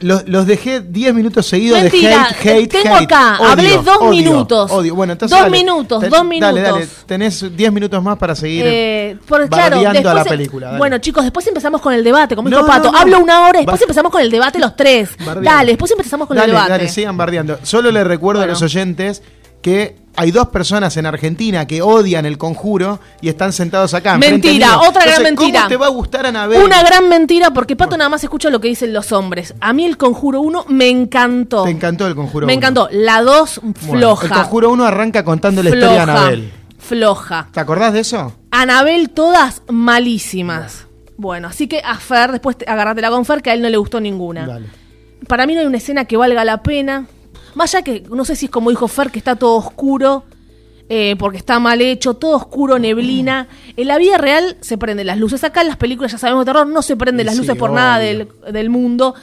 Speaker 4: Los, los dejé 10 minutos seguidos
Speaker 3: Mentira,
Speaker 4: de hate, hate,
Speaker 3: tengo
Speaker 4: hate.
Speaker 3: acá, hablé dos
Speaker 4: odio,
Speaker 3: minutos.
Speaker 4: Odio. Bueno, entonces
Speaker 3: Dos
Speaker 4: dale,
Speaker 3: minutos,
Speaker 4: ten-
Speaker 3: dos
Speaker 4: Dale, dale.
Speaker 3: minutos.
Speaker 4: Tenés 10 minutos más para seguir
Speaker 3: Eh, porque, claro,
Speaker 4: bardeando
Speaker 3: después,
Speaker 4: a la película. dale.
Speaker 3: Bueno, chicos, después empezamos con el debate, como
Speaker 4: No,
Speaker 3: dijo
Speaker 4: no,
Speaker 3: Pato.
Speaker 4: no.
Speaker 3: Hablo una hora, después
Speaker 4: Va-
Speaker 3: empezamos con el debate los tres.
Speaker 4: Bardeando.
Speaker 3: Dale, después empezamos con
Speaker 4: dale,
Speaker 3: el debate.
Speaker 4: Dale, sigan bardeando. Solo les recuerdo
Speaker 3: Bueno.
Speaker 4: a los oyentes que hay dos personas en Argentina que odian el conjuro y están sentados acá. enfrente
Speaker 3: Mentira,
Speaker 4: mío.
Speaker 3: otra gran
Speaker 4: Entonces,
Speaker 3: mentira.
Speaker 4: ¿Cómo te va a gustar Anabel?
Speaker 3: Una gran mentira porque Pato nada más escucha lo que dicen los hombres. A mí el conjuro 1 me encantó.
Speaker 4: Te encantó el conjuro.
Speaker 3: me
Speaker 4: uno.
Speaker 3: encantó. La 2
Speaker 4: Bueno,
Speaker 3: floja.
Speaker 4: el conjuro 1 arranca contando la
Speaker 3: floja,
Speaker 4: historia de Anabel.
Speaker 3: Floja.
Speaker 4: ¿Te acordás de eso?
Speaker 3: Anabel todas malísimas. Bueno, así que a Fer, después te- agarrátela con Fer, que a él no le gustó ninguna.
Speaker 4: Dale.
Speaker 3: Para mí no hay una escena que valga la pena. Más allá que, no sé si es como dijo Fer, que está todo oscuro, eh, porque está mal hecho, todo oscuro, neblina. En la vida real se prenden las luces. Acá en las películas, ya sabemos, de terror, no se prenden
Speaker 4: Y
Speaker 3: las
Speaker 4: sí,
Speaker 3: luces por nada
Speaker 4: obvio.
Speaker 3: del, del mundo.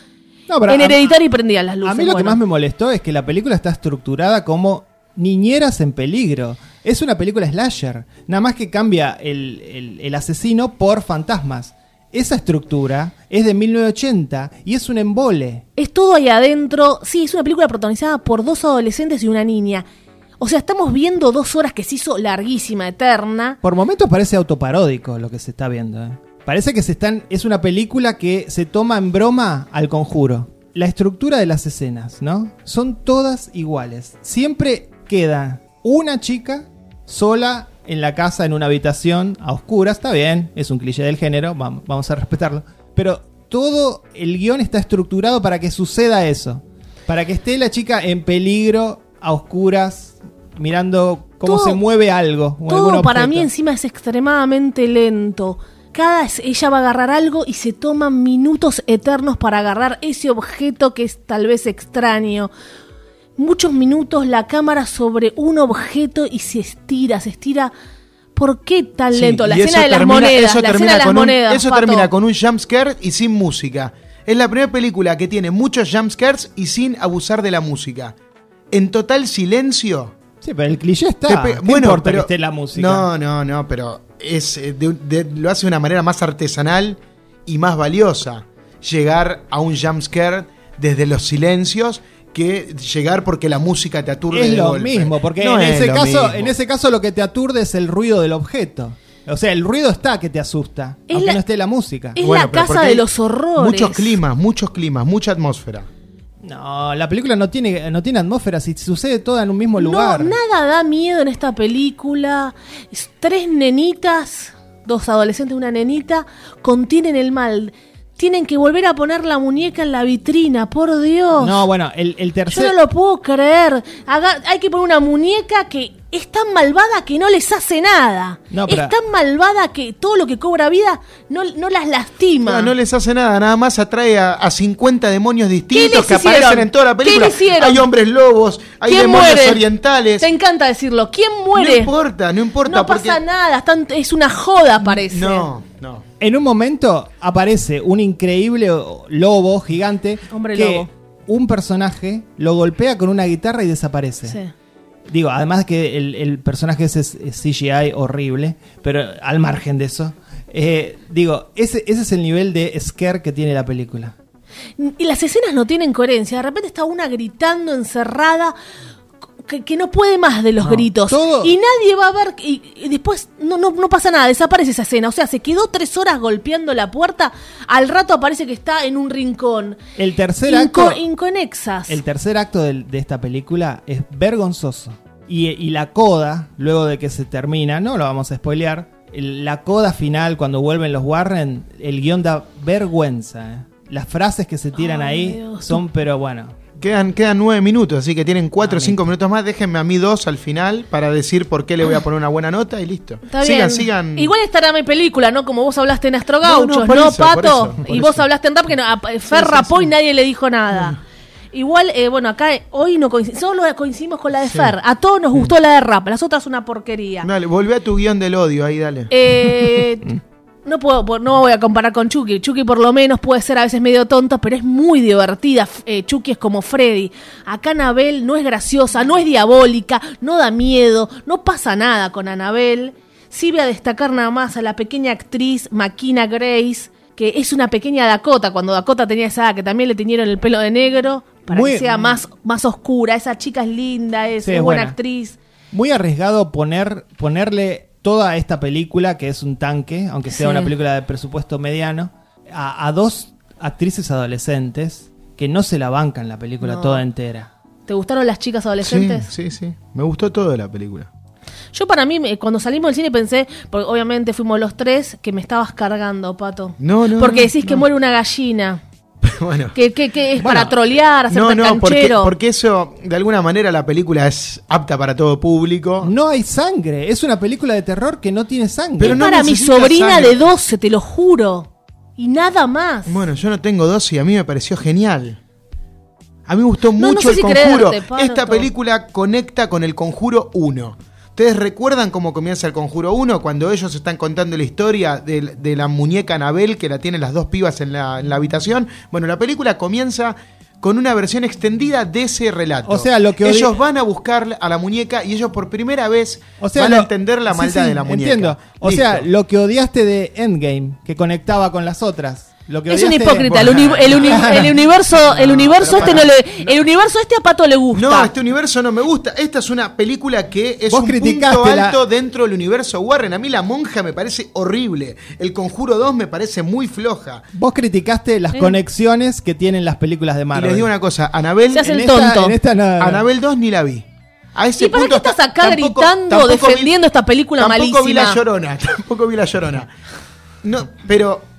Speaker 2: No, pero
Speaker 3: en
Speaker 2: a-
Speaker 3: Hereditary prendían las luces.
Speaker 2: A mí lo que
Speaker 3: bueno.
Speaker 2: más me molestó es que la película está estructurada como niñeras en peligro. Es una película slasher. Nada más que cambia el, el- el asesino por fantasmas. Esa estructura es de 1980 y es un embole.
Speaker 3: Es todo ahí adentro. Sí, es una película protagonizada por dos adolescentes y una niña. O sea, estamos viendo dos horas que se hizo larguísima, eterna.
Speaker 2: Por momentos parece autoparódico lo que se está viendo. ¿eh? Parece que se están, es una película que se toma en broma al conjuro. La estructura de las escenas, ¿no? Son todas iguales. Siempre queda una chica sola en la casa, en una habitación, a oscuras. Está bien, es un cliché del género, vam- vamos a respetarlo. Pero todo el guión está estructurado para que suceda eso. Para que esté la chica en peligro, a oscuras, mirando cómo
Speaker 3: Todo-
Speaker 2: se mueve algo. o
Speaker 3: Todo
Speaker 2: algún
Speaker 3: para
Speaker 2: objeto.
Speaker 3: mí encima es extremadamente lento. Cada es- ella va a agarrar algo y se toman minutos eternos para agarrar ese objeto que es tal vez extraño. Muchos minutos la cámara sobre un objeto y se estira, se estira. ¿Por qué tan
Speaker 4: Sí,
Speaker 3: lento? La
Speaker 4: y
Speaker 3: escena
Speaker 4: eso
Speaker 3: de las
Speaker 4: termina-
Speaker 3: monedas,
Speaker 4: eso
Speaker 3: la
Speaker 4: termina
Speaker 3: escena de las
Speaker 4: con un-
Speaker 3: monedas.
Speaker 4: Eso
Speaker 3: Pato.
Speaker 4: termina con un jumpscare y sin música. Es la primera película que tiene muchos jumpscares y sin abusar de la música. En total silencio.
Speaker 2: Sí, pero el cliché
Speaker 4: Te
Speaker 2: está.
Speaker 4: pe-
Speaker 2: ¿Qué importa que esté la música?
Speaker 4: No, no, no, pero es eh, de- de- lo hace de una manera más artesanal y más valiosa. Llegar a un jumpscare desde los silencios que llegar porque la música te aturde.
Speaker 2: es
Speaker 4: de
Speaker 2: lo
Speaker 4: golpe.
Speaker 2: mismo, porque
Speaker 4: No
Speaker 2: en,
Speaker 4: es
Speaker 2: ese
Speaker 4: lo
Speaker 2: caso,
Speaker 4: mismo.
Speaker 2: en ese caso lo que te aturde es el ruido del objeto. O sea, el ruido está que te asusta,
Speaker 3: Es
Speaker 2: aunque
Speaker 3: la-
Speaker 2: no esté la música.
Speaker 3: es- la
Speaker 4: pero
Speaker 3: casa
Speaker 4: porque
Speaker 3: de
Speaker 4: hay
Speaker 3: los horrores.
Speaker 4: Muchos climas, muchos climas, mucha atmósfera.
Speaker 2: No, la película no tiene, no tiene atmósfera, si sucede toda en un mismo lugar.
Speaker 3: No, nada da miedo en esta película. Es- Tres nenitas, dos adolescentes, una nenita, contienen el mal. Tienen que volver a poner la muñeca en la vitrina, por Dios.
Speaker 2: No, bueno, el, el
Speaker 3: Yo
Speaker 2: tercer...
Speaker 3: no lo puedo creer. Haga- hay que poner una muñeca que es tan malvada que no les hace nada.
Speaker 2: No,
Speaker 3: es
Speaker 2: pero-
Speaker 3: tan malvada que todo lo que cobra vida no, no las lastima.
Speaker 4: No, no les hace nada, nada más atrae a, a 50 demonios distintos
Speaker 3: les
Speaker 4: que aparecen
Speaker 3: hicieron?
Speaker 4: en toda la
Speaker 3: ¿Qué
Speaker 4: película.
Speaker 3: le hicieron?
Speaker 4: Hay hombres lobos, hay
Speaker 3: ¿Quién
Speaker 4: demonios
Speaker 3: muere?
Speaker 4: orientales.
Speaker 3: Te encanta decirlo. ¿Quién
Speaker 4: No
Speaker 3: muere?
Speaker 4: importa, no importa.
Speaker 3: No
Speaker 4: porque-
Speaker 3: pasa nada. están- es una joda, parece.
Speaker 4: No, no.
Speaker 2: En un momento aparece un increíble lobo gigante
Speaker 3: Hombre
Speaker 2: que
Speaker 3: lobo.
Speaker 2: un personaje lo golpea con una guitarra y desaparece.
Speaker 3: Sí.
Speaker 2: Digo, además que el, el personaje ese es, es CGI horrible, pero al margen de eso, eh, digo, ese, ese es el nivel de scare que tiene la película.
Speaker 3: Y las escenas no tienen coherencia. De repente está una gritando, encerrada, que, que no puede más de los
Speaker 2: No,
Speaker 3: gritos.
Speaker 2: todo-
Speaker 3: Y nadie va a ver. Y, y después no, no, no pasa nada, desaparece esa escena. O sea, se quedó tres horas golpeando la puerta. Al rato aparece que está en un rincón.
Speaker 2: El tercer
Speaker 3: Inco-
Speaker 2: acto,
Speaker 3: inconexas.
Speaker 2: el tercer acto del- de, esta película es vergonzoso. Y, y la coda, luego de que se termina, no lo vamos a spoilear, el- la coda final cuando vuelven los Warren, el guión da vergüenza. eh. Las frases que se tiran
Speaker 3: Ay,
Speaker 2: ahí
Speaker 3: Dios.
Speaker 2: son, pero bueno,
Speaker 4: Quedan, quedan nueve minutos, así que tienen cuatro
Speaker 2: Ah,
Speaker 4: o cinco minutos más. Déjenme a mí dos al final para decir por qué le voy a poner una buena nota y listo.
Speaker 3: Está
Speaker 4: sigan,
Speaker 3: bien.
Speaker 4: sigan.
Speaker 3: Igual estará mi película, ¿no? Como vos hablaste en Astro Gauchos,
Speaker 4: No,
Speaker 3: ¿no,
Speaker 4: no, por eso, por
Speaker 3: Pato?
Speaker 4: eso, por
Speaker 3: y
Speaker 4: eso.
Speaker 3: vos hablaste en rap que no, a- Fer rapó y nadie le dijo
Speaker 4: Mm.
Speaker 3: nada. Igual, eh, bueno, acá eh, hoy no coinc- solo coincidimos con la de Fer. A todos
Speaker 4: Mm.
Speaker 3: nos gustó la de rap, las otras una porquería.
Speaker 4: Dale, volvé a tu guión del odio ahí, dale.
Speaker 3: Eh, no puedo, por- no voy a comparar con Chucky. Chucky por lo menos puede ser a veces medio tonto, pero es muy divertida. F- eh, Chucky es como Freddy. Acá Anabel no es graciosa, no es diabólica, no da miedo, no pasa nada con Anabel. Sí voy a destacar nada más a la pequeña actriz Maquina Grace, que es una pequeña Dakota, cuando Dakota tenía esa edad, que también le teñieron el pelo de negro para
Speaker 2: Muy-
Speaker 3: que sea más, más oscura. Esa chica es linda, es,
Speaker 2: Sí,
Speaker 3: es
Speaker 2: es
Speaker 3: buena
Speaker 2: buena.
Speaker 3: actriz.
Speaker 2: Muy arriesgado poner, ponerle toda esta película, que es un tanque, aunque sea
Speaker 3: Sí.
Speaker 2: una película de presupuesto mediano, a, a dos actrices adolescentes que no se la bancan la película
Speaker 3: No.
Speaker 2: toda entera.
Speaker 3: ¿Te gustaron las chicas
Speaker 4: Sí,
Speaker 3: adolescentes?
Speaker 4: sí, sí. Me gustó todo de la película.
Speaker 3: Yo para mí, me- cuando salimos del cine pensé, porque obviamente fuimos los tres, que me estabas cargando, Pato.
Speaker 4: No, no,
Speaker 3: Porque
Speaker 4: no,
Speaker 3: decís que
Speaker 4: no.
Speaker 3: muere una gallina.
Speaker 4: bueno.
Speaker 3: Que, que- que es
Speaker 4: Bueno,
Speaker 3: para trolear, hacerte
Speaker 4: No, no, porque,
Speaker 3: canchero.
Speaker 4: porque eso, de alguna manera, la película es apta para todo público.
Speaker 2: No hay sangre. Es una película de terror que no tiene sangre.
Speaker 4: Pero
Speaker 3: es
Speaker 4: no
Speaker 3: para mi
Speaker 4: necesitas
Speaker 3: sobrina
Speaker 4: sangre.
Speaker 3: de 12, te lo juro. Y nada más.
Speaker 4: Bueno, yo no tengo dos y a mí me pareció genial. A mí me gustó
Speaker 3: No,
Speaker 4: mucho
Speaker 3: no sé
Speaker 4: el
Speaker 3: si
Speaker 4: conjuro.
Speaker 3: creerte, Pato.
Speaker 4: Esta película conecta con el conjuro 1. ¿Ustedes recuerdan cómo comienza el conjuro 1? Cuando ellos están contando la historia de, de la muñeca Anabel que la tienen las dos pibas en la, en la habitación. Bueno, la película comienza con una versión extendida de ese relato.
Speaker 2: O sea, lo que odi-
Speaker 4: ellos van a buscar a la muñeca y ellos por primera vez
Speaker 2: O sea,
Speaker 4: van a
Speaker 2: lo-
Speaker 4: entender la
Speaker 2: sí,
Speaker 4: maldad
Speaker 2: sí,
Speaker 4: de la muñeca.
Speaker 2: Entiendo. O
Speaker 4: Listo.
Speaker 2: sea, lo que odiaste de Endgame, que conectaba con las otras. Lo que
Speaker 3: Es un
Speaker 2: odiaste-
Speaker 3: hipócrita. El,
Speaker 4: Bueno,
Speaker 3: uni- el uni-
Speaker 2: claro.
Speaker 3: el universo, el universo
Speaker 4: pero
Speaker 3: este no
Speaker 4: pará.
Speaker 3: le, el universo este a Pato le gusta.
Speaker 4: No, este universo no me gusta. Esta es una película que es
Speaker 2: Vos
Speaker 4: un
Speaker 2: criticaste
Speaker 4: punto
Speaker 2: la-
Speaker 4: alto dentro del universo Warren. A mí La Monja me parece horrible. El Conjuro 2 me parece muy floja.
Speaker 2: Vos criticaste las
Speaker 3: Eh.
Speaker 2: conexiones que tienen las películas de
Speaker 4: Y
Speaker 2: Marvel.
Speaker 4: les digo una cosa, Anabel,
Speaker 3: Se hace
Speaker 2: en
Speaker 3: el
Speaker 2: esta-
Speaker 3: tonto.
Speaker 2: en esta nada-
Speaker 4: Anabel 2 ni la vi. A ese
Speaker 3: ¿Y para
Speaker 4: punto
Speaker 3: qué estás
Speaker 4: está-
Speaker 3: acá gritando,
Speaker 4: vi-
Speaker 3: defendiendo esta película
Speaker 4: Tampoco vi La
Speaker 3: malísima?
Speaker 4: Llorona, tampoco vi La Llorona. No, pero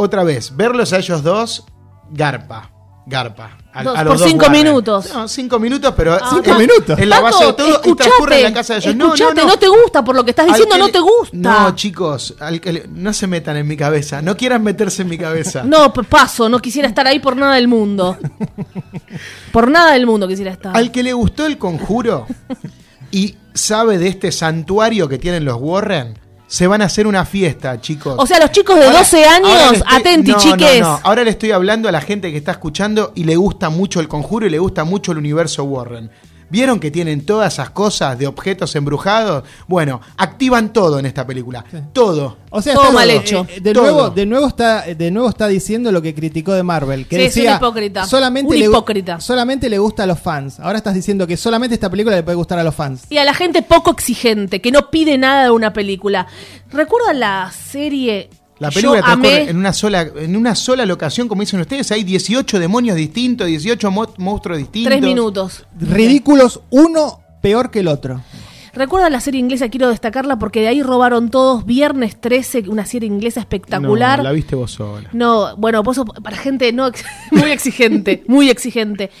Speaker 4: otra vez, verlos a ellos dos, garpa. Garpa. A-
Speaker 3: Dos-
Speaker 4: a los
Speaker 3: por
Speaker 4: dos
Speaker 3: cinco
Speaker 4: Warren.
Speaker 3: minutos.
Speaker 4: No, cinco minutos, pero.
Speaker 2: Cinco
Speaker 4: en-
Speaker 2: minutos.
Speaker 4: En la
Speaker 3: Pato,
Speaker 4: base de todo, y transcurre en la casa de ellos. No,
Speaker 3: escuchate,
Speaker 4: no, no.
Speaker 3: te gusta por lo que estás
Speaker 4: Al
Speaker 3: diciendo,
Speaker 4: que
Speaker 3: no
Speaker 4: le-
Speaker 3: te gusta.
Speaker 4: No, chicos, al que le- no se metan en mi cabeza. No quieran meterse en mi cabeza.
Speaker 3: No, p- paso, no quisiera estar ahí por nada del mundo. Por nada del mundo quisiera estar.
Speaker 4: Al que le gustó el conjuro y sabe de este santuario que tienen los Warren, se van a hacer una fiesta, chicos.
Speaker 3: O sea, los chicos de
Speaker 4: Ahora-
Speaker 3: 12
Speaker 4: ahora
Speaker 3: años,
Speaker 4: le estoy-
Speaker 3: atenti,
Speaker 4: no, no,
Speaker 3: chiques.
Speaker 4: no. Ahora le estoy hablando a la gente que está escuchando y le gusta mucho el conjuro y le gusta mucho el universo Warren. ¿Vieron que tienen todas esas cosas de objetos embrujados? Bueno, activan todo en esta película. Todo.
Speaker 2: O sea,
Speaker 3: Todo
Speaker 2: está-
Speaker 3: mal hecho.
Speaker 2: eh, eh, de,
Speaker 4: Todo.
Speaker 2: nuevo, de, nuevo está, de nuevo está diciendo lo que criticó de Marvel. Que
Speaker 3: Sí, es un
Speaker 2: decía,
Speaker 3: hipócrita.
Speaker 2: Solamente,
Speaker 3: Un
Speaker 2: le, gu-
Speaker 3: hipócrita.
Speaker 2: solamente le gusta a los fans. Ahora estás diciendo que solamente esta película le puede gustar a los fans.
Speaker 3: Y a la gente poco exigente, que no pide nada de una película. ¿Recuerdan la serie?
Speaker 4: La película
Speaker 3: Yo
Speaker 4: transcurre
Speaker 3: amé-
Speaker 4: en una sola en una sola locación, como dicen ustedes, hay 18 demonios distintos, 18 mo- monstruos distintos.
Speaker 3: Tres minutos.
Speaker 2: Ridículos, uno peor que el otro.
Speaker 3: ¿Recuerdan la serie inglesa? Quiero destacarla porque de ahí robaron todos. Viernes 13, una serie inglesa espectacular.
Speaker 4: No, la viste vos sola.
Speaker 3: No, bueno, por eso, para gente no ex- muy exigente, muy exigente.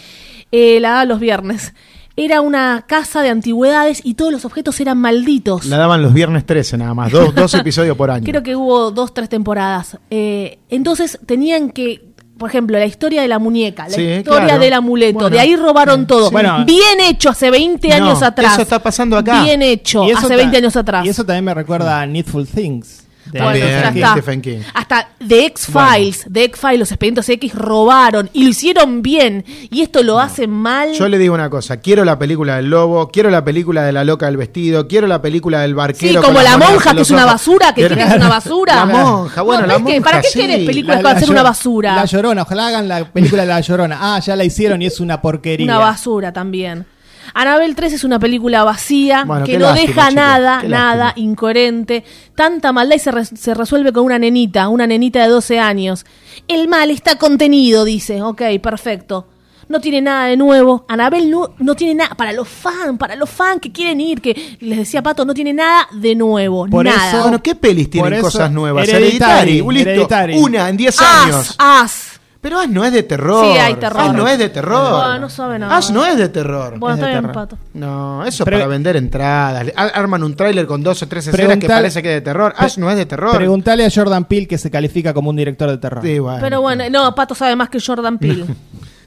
Speaker 3: Eh, la daba los viernes. Era una casa de antigüedades y todos los objetos eran malditos.
Speaker 4: La daban los viernes 13 nada más, dos, dos episodios por año.
Speaker 3: Creo que hubo dos, tres temporadas. Eh, entonces tenían que, por ejemplo, la historia de la muñeca, la
Speaker 4: Sí,
Speaker 3: historia
Speaker 4: claro.
Speaker 3: del amuleto,
Speaker 4: Bueno,
Speaker 3: de ahí robaron todo.
Speaker 2: sí. Bueno.
Speaker 3: Bien hecho hace 20
Speaker 4: No,
Speaker 3: años atrás.
Speaker 4: eso está pasando acá.
Speaker 3: Bien hecho
Speaker 2: Y eso
Speaker 3: hace
Speaker 2: ta-
Speaker 3: 20 años atrás.
Speaker 2: Y eso también me recuerda a Needful Things. de-
Speaker 3: Bueno,
Speaker 4: También,
Speaker 3: ya
Speaker 4: King
Speaker 3: está.
Speaker 4: Stephen King.
Speaker 3: Hasta The X-Files, The X-Files, los expedientes X robaron y lo hicieron bien. Y esto lo hacen mal.
Speaker 4: Yo le digo una cosa, quiero la película del lobo, quiero la película de la loca del vestido, quiero la película del barquero.
Speaker 3: Sí,
Speaker 4: con
Speaker 3: como
Speaker 4: las
Speaker 3: la
Speaker 4: monedas
Speaker 3: monja,
Speaker 4: en
Speaker 3: que es
Speaker 4: los
Speaker 3: una
Speaker 4: ojos.
Speaker 3: basura, que
Speaker 4: Quiero-
Speaker 3: dicen que es una basura.
Speaker 4: La monja, bueno,
Speaker 3: No,
Speaker 4: la
Speaker 3: ¿ves qué?
Speaker 4: monja.
Speaker 3: ¿Para qué querés
Speaker 4: sí.
Speaker 3: película? películas que van a ser una
Speaker 2: llor-
Speaker 3: basura.
Speaker 2: La llorona, ojalá hagan la película de la llorona. Ah, ya la hicieron y es una porquería.
Speaker 3: Una basura también. Anabel 3 es una película vacía,
Speaker 4: Bueno,
Speaker 3: que
Speaker 4: qué
Speaker 3: no
Speaker 4: lástima,
Speaker 3: deja
Speaker 4: chicos,
Speaker 3: nada,
Speaker 4: qué
Speaker 3: nada,
Speaker 4: lástima.
Speaker 3: incoherente. Tanta maldad y se, re- se resuelve con una nenita, una nenita de 12 años. El mal está contenido, dice. Ok, perfecto. No tiene nada de nuevo. Anabel no, no tiene nada. Para los fans, para los fans que quieren ir, que les decía Pato, no tiene nada de nuevo.
Speaker 2: Por
Speaker 3: nada.
Speaker 2: eso-
Speaker 4: Bueno, ¿qué pelis tienen
Speaker 2: Por eso,
Speaker 4: cosas nuevas?
Speaker 2: Hereditary,
Speaker 4: Hereditary, listo,
Speaker 2: Hereditary.
Speaker 4: una en 10
Speaker 3: As,
Speaker 4: años.
Speaker 3: as.
Speaker 4: Pero As no es de terror.
Speaker 3: Sí, hay terror.
Speaker 4: As no es de terror.
Speaker 3: Bueno, no sabe nada.
Speaker 4: As no es de terror.
Speaker 3: Bueno,
Speaker 2: Es de
Speaker 3: está bien,
Speaker 2: terror.
Speaker 3: Pato.
Speaker 4: No, eso
Speaker 2: Pre-
Speaker 4: es para vender entradas. Le- ar- Arman un tráiler con dos o tres escenas que
Speaker 2: Preguntar-
Speaker 4: parece que es de terror. Ash no es de terror.
Speaker 2: Preguntale a Jordan Peele que se califica como un director de terror.
Speaker 4: Sí, bueno.
Speaker 3: Pero bueno, no, Pato sabe más que Jordan Peele.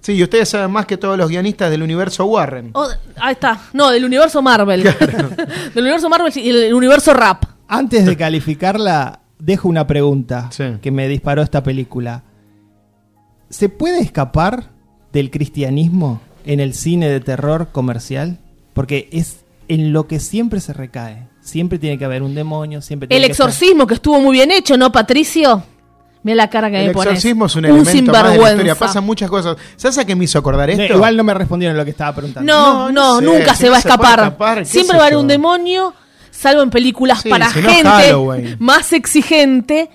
Speaker 4: Sí, y ustedes saben más que todos los guionistas del universo Warren.
Speaker 3: Oh, ahí está. No, del universo Marvel. del universo Marvel y el universo rap.
Speaker 2: Antes de calificarla, dejo una pregunta
Speaker 4: Sí.
Speaker 2: que me disparó esta película. ¿Se puede escapar del cristianismo en el cine de terror comercial? Porque es en lo que siempre se recae. Siempre tiene que haber un demonio, siempre tiene
Speaker 3: El
Speaker 2: que estar-
Speaker 3: exorcismo que estuvo muy bien hecho, ¿no, Patricio? Mira la cara que
Speaker 4: El
Speaker 3: me pones.
Speaker 4: exorcismo es un elemento más de la
Speaker 3: sinvergüenza.
Speaker 4: historia. Pasan muchas cosas. ¿Sabes a qué me hizo acordar
Speaker 2: No,
Speaker 4: esto?
Speaker 2: igual no me respondieron lo que estaba preguntando.
Speaker 3: No, no,
Speaker 4: No, no sé,
Speaker 3: nunca
Speaker 4: si
Speaker 3: se
Speaker 4: no
Speaker 3: va a
Speaker 4: se puede
Speaker 3: escapar.
Speaker 4: escapar, qué
Speaker 3: Siempre
Speaker 4: sé
Speaker 3: va a haber
Speaker 4: yo.
Speaker 3: un demonio, salvo en películas
Speaker 4: Sí,
Speaker 3: para
Speaker 4: si no,
Speaker 3: gente
Speaker 4: Halloween.
Speaker 3: más exigente,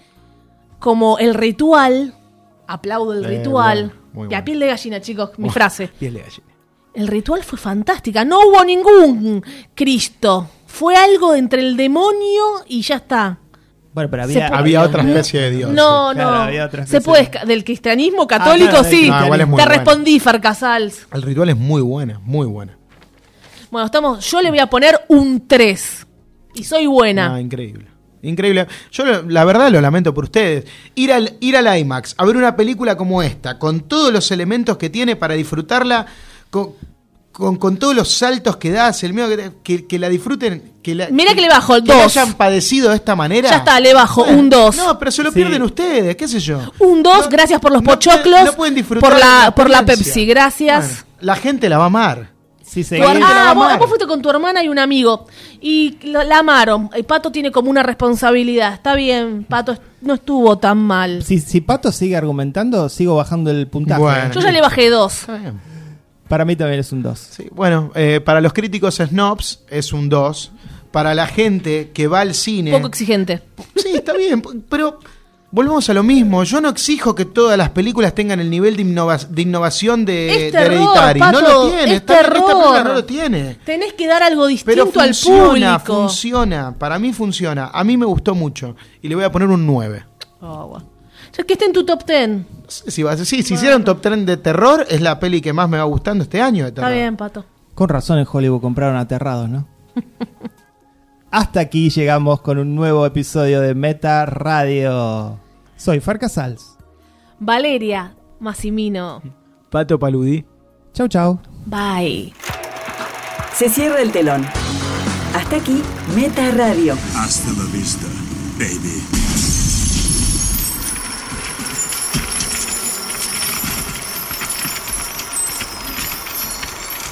Speaker 3: como El Ritual. Aplaudo el
Speaker 4: Eh,
Speaker 3: ritual.
Speaker 4: bueno, muy
Speaker 3: y a
Speaker 4: bueno.
Speaker 3: piel de gallina, chicos, mi frase.
Speaker 4: Piel de gallina.
Speaker 3: El ritual fue fantástica. No hubo ningún Cristo. Fue algo entre el demonio y ya está.
Speaker 2: Bueno, pero había,
Speaker 3: Se puede-
Speaker 4: Había otra especie de Dios.
Speaker 3: No,
Speaker 2: claro, había
Speaker 3: no.
Speaker 2: otra
Speaker 3: Se
Speaker 2: especie
Speaker 3: puede
Speaker 2: de-
Speaker 3: esca- del cristianismo católico,
Speaker 2: claro, del
Speaker 3: sí.
Speaker 2: cristianismo.
Speaker 4: Ah, igual
Speaker 3: Te
Speaker 4: es muy bueno.
Speaker 3: respondí, Farcasals.
Speaker 4: El ritual es muy buena, muy buena.
Speaker 3: Bueno, estamos. Yo le voy a poner un 3. Y soy
Speaker 4: Ah,
Speaker 3: buena.
Speaker 4: increíble. Increíble. Yo lo- la verdad lo lamento por ustedes. Ir al, ir al IMAX a ver una película como esta, con todos los elementos que tiene para disfrutarla, con, con, con todos los saltos que das, el miedo que, te- que, que la disfruten. Que la,
Speaker 3: Mirá que le bajo el
Speaker 4: Que la
Speaker 3: dos.
Speaker 4: hayan padecido de esta manera.
Speaker 3: Ya está, le bajo
Speaker 4: Bueno,
Speaker 3: un 2.
Speaker 4: No, pero se lo
Speaker 2: Sí.
Speaker 4: pierden ustedes, qué sé yo.
Speaker 3: Un 2,
Speaker 4: No-
Speaker 3: gracias por los
Speaker 4: no pueden-
Speaker 3: pochoclos.
Speaker 4: no pueden disfrutar
Speaker 3: por
Speaker 4: de
Speaker 3: la, por la
Speaker 4: experiencia.
Speaker 3: Pepsi, gracias.
Speaker 4: Bueno, la gente la va a amar.
Speaker 2: Sí,
Speaker 3: Tu
Speaker 2: se
Speaker 3: her-
Speaker 4: la va
Speaker 3: ah,
Speaker 4: a
Speaker 3: vos,
Speaker 4: amar.
Speaker 3: vos fuiste con tu hermana y un amigo. Y la, la amaron. El Pato tiene como una responsabilidad. Está bien, Pato est- no estuvo tan mal.
Speaker 2: si, si Pato sigue argumentando, sigo bajando el puntaje.
Speaker 4: Bueno.
Speaker 3: Yo ya le bajé dos.
Speaker 4: Está bien.
Speaker 2: Para mí también es un 2.
Speaker 4: Sí, bueno, eh, para los críticos snobs es un 2. Para la gente que va al cine.
Speaker 3: Poco exigente.
Speaker 4: Sí, está bien, p- pero volvemos a lo mismo. Yo no exijo que todas las películas tengan el nivel de, innova- de innovación de,
Speaker 3: Es
Speaker 4: de
Speaker 3: terror,
Speaker 4: Hereditary. no
Speaker 3: Pato,
Speaker 4: lo tiene,
Speaker 3: es
Speaker 4: esta, esta
Speaker 3: terror.
Speaker 4: película no lo tiene.
Speaker 3: Tenés que dar algo distinto
Speaker 4: Pero funciona,
Speaker 3: al público.
Speaker 4: funciona. Para mí funciona. A mí me gustó mucho. Y le voy a poner un 9.
Speaker 3: Oh, bueno. Ya que esté en tu top ten.
Speaker 4: No sé Si, va a ser- sí, si hicieron top 3 de terror, es la peli que más me va gustando este año de
Speaker 3: Está
Speaker 4: terror.
Speaker 3: bien, Pato.
Speaker 2: Con razón en Hollywood compraron aterrados, ¿no? Hasta aquí llegamos con un nuevo episodio de Meta Radio. Soy Farca Sals.
Speaker 3: Valeria Massimino.
Speaker 4: Pato Paludí.
Speaker 2: Chau, chau.
Speaker 3: Bye.
Speaker 5: Se cierra el telón. Hasta aquí, Meta Radio.
Speaker 6: Hasta la vista, baby.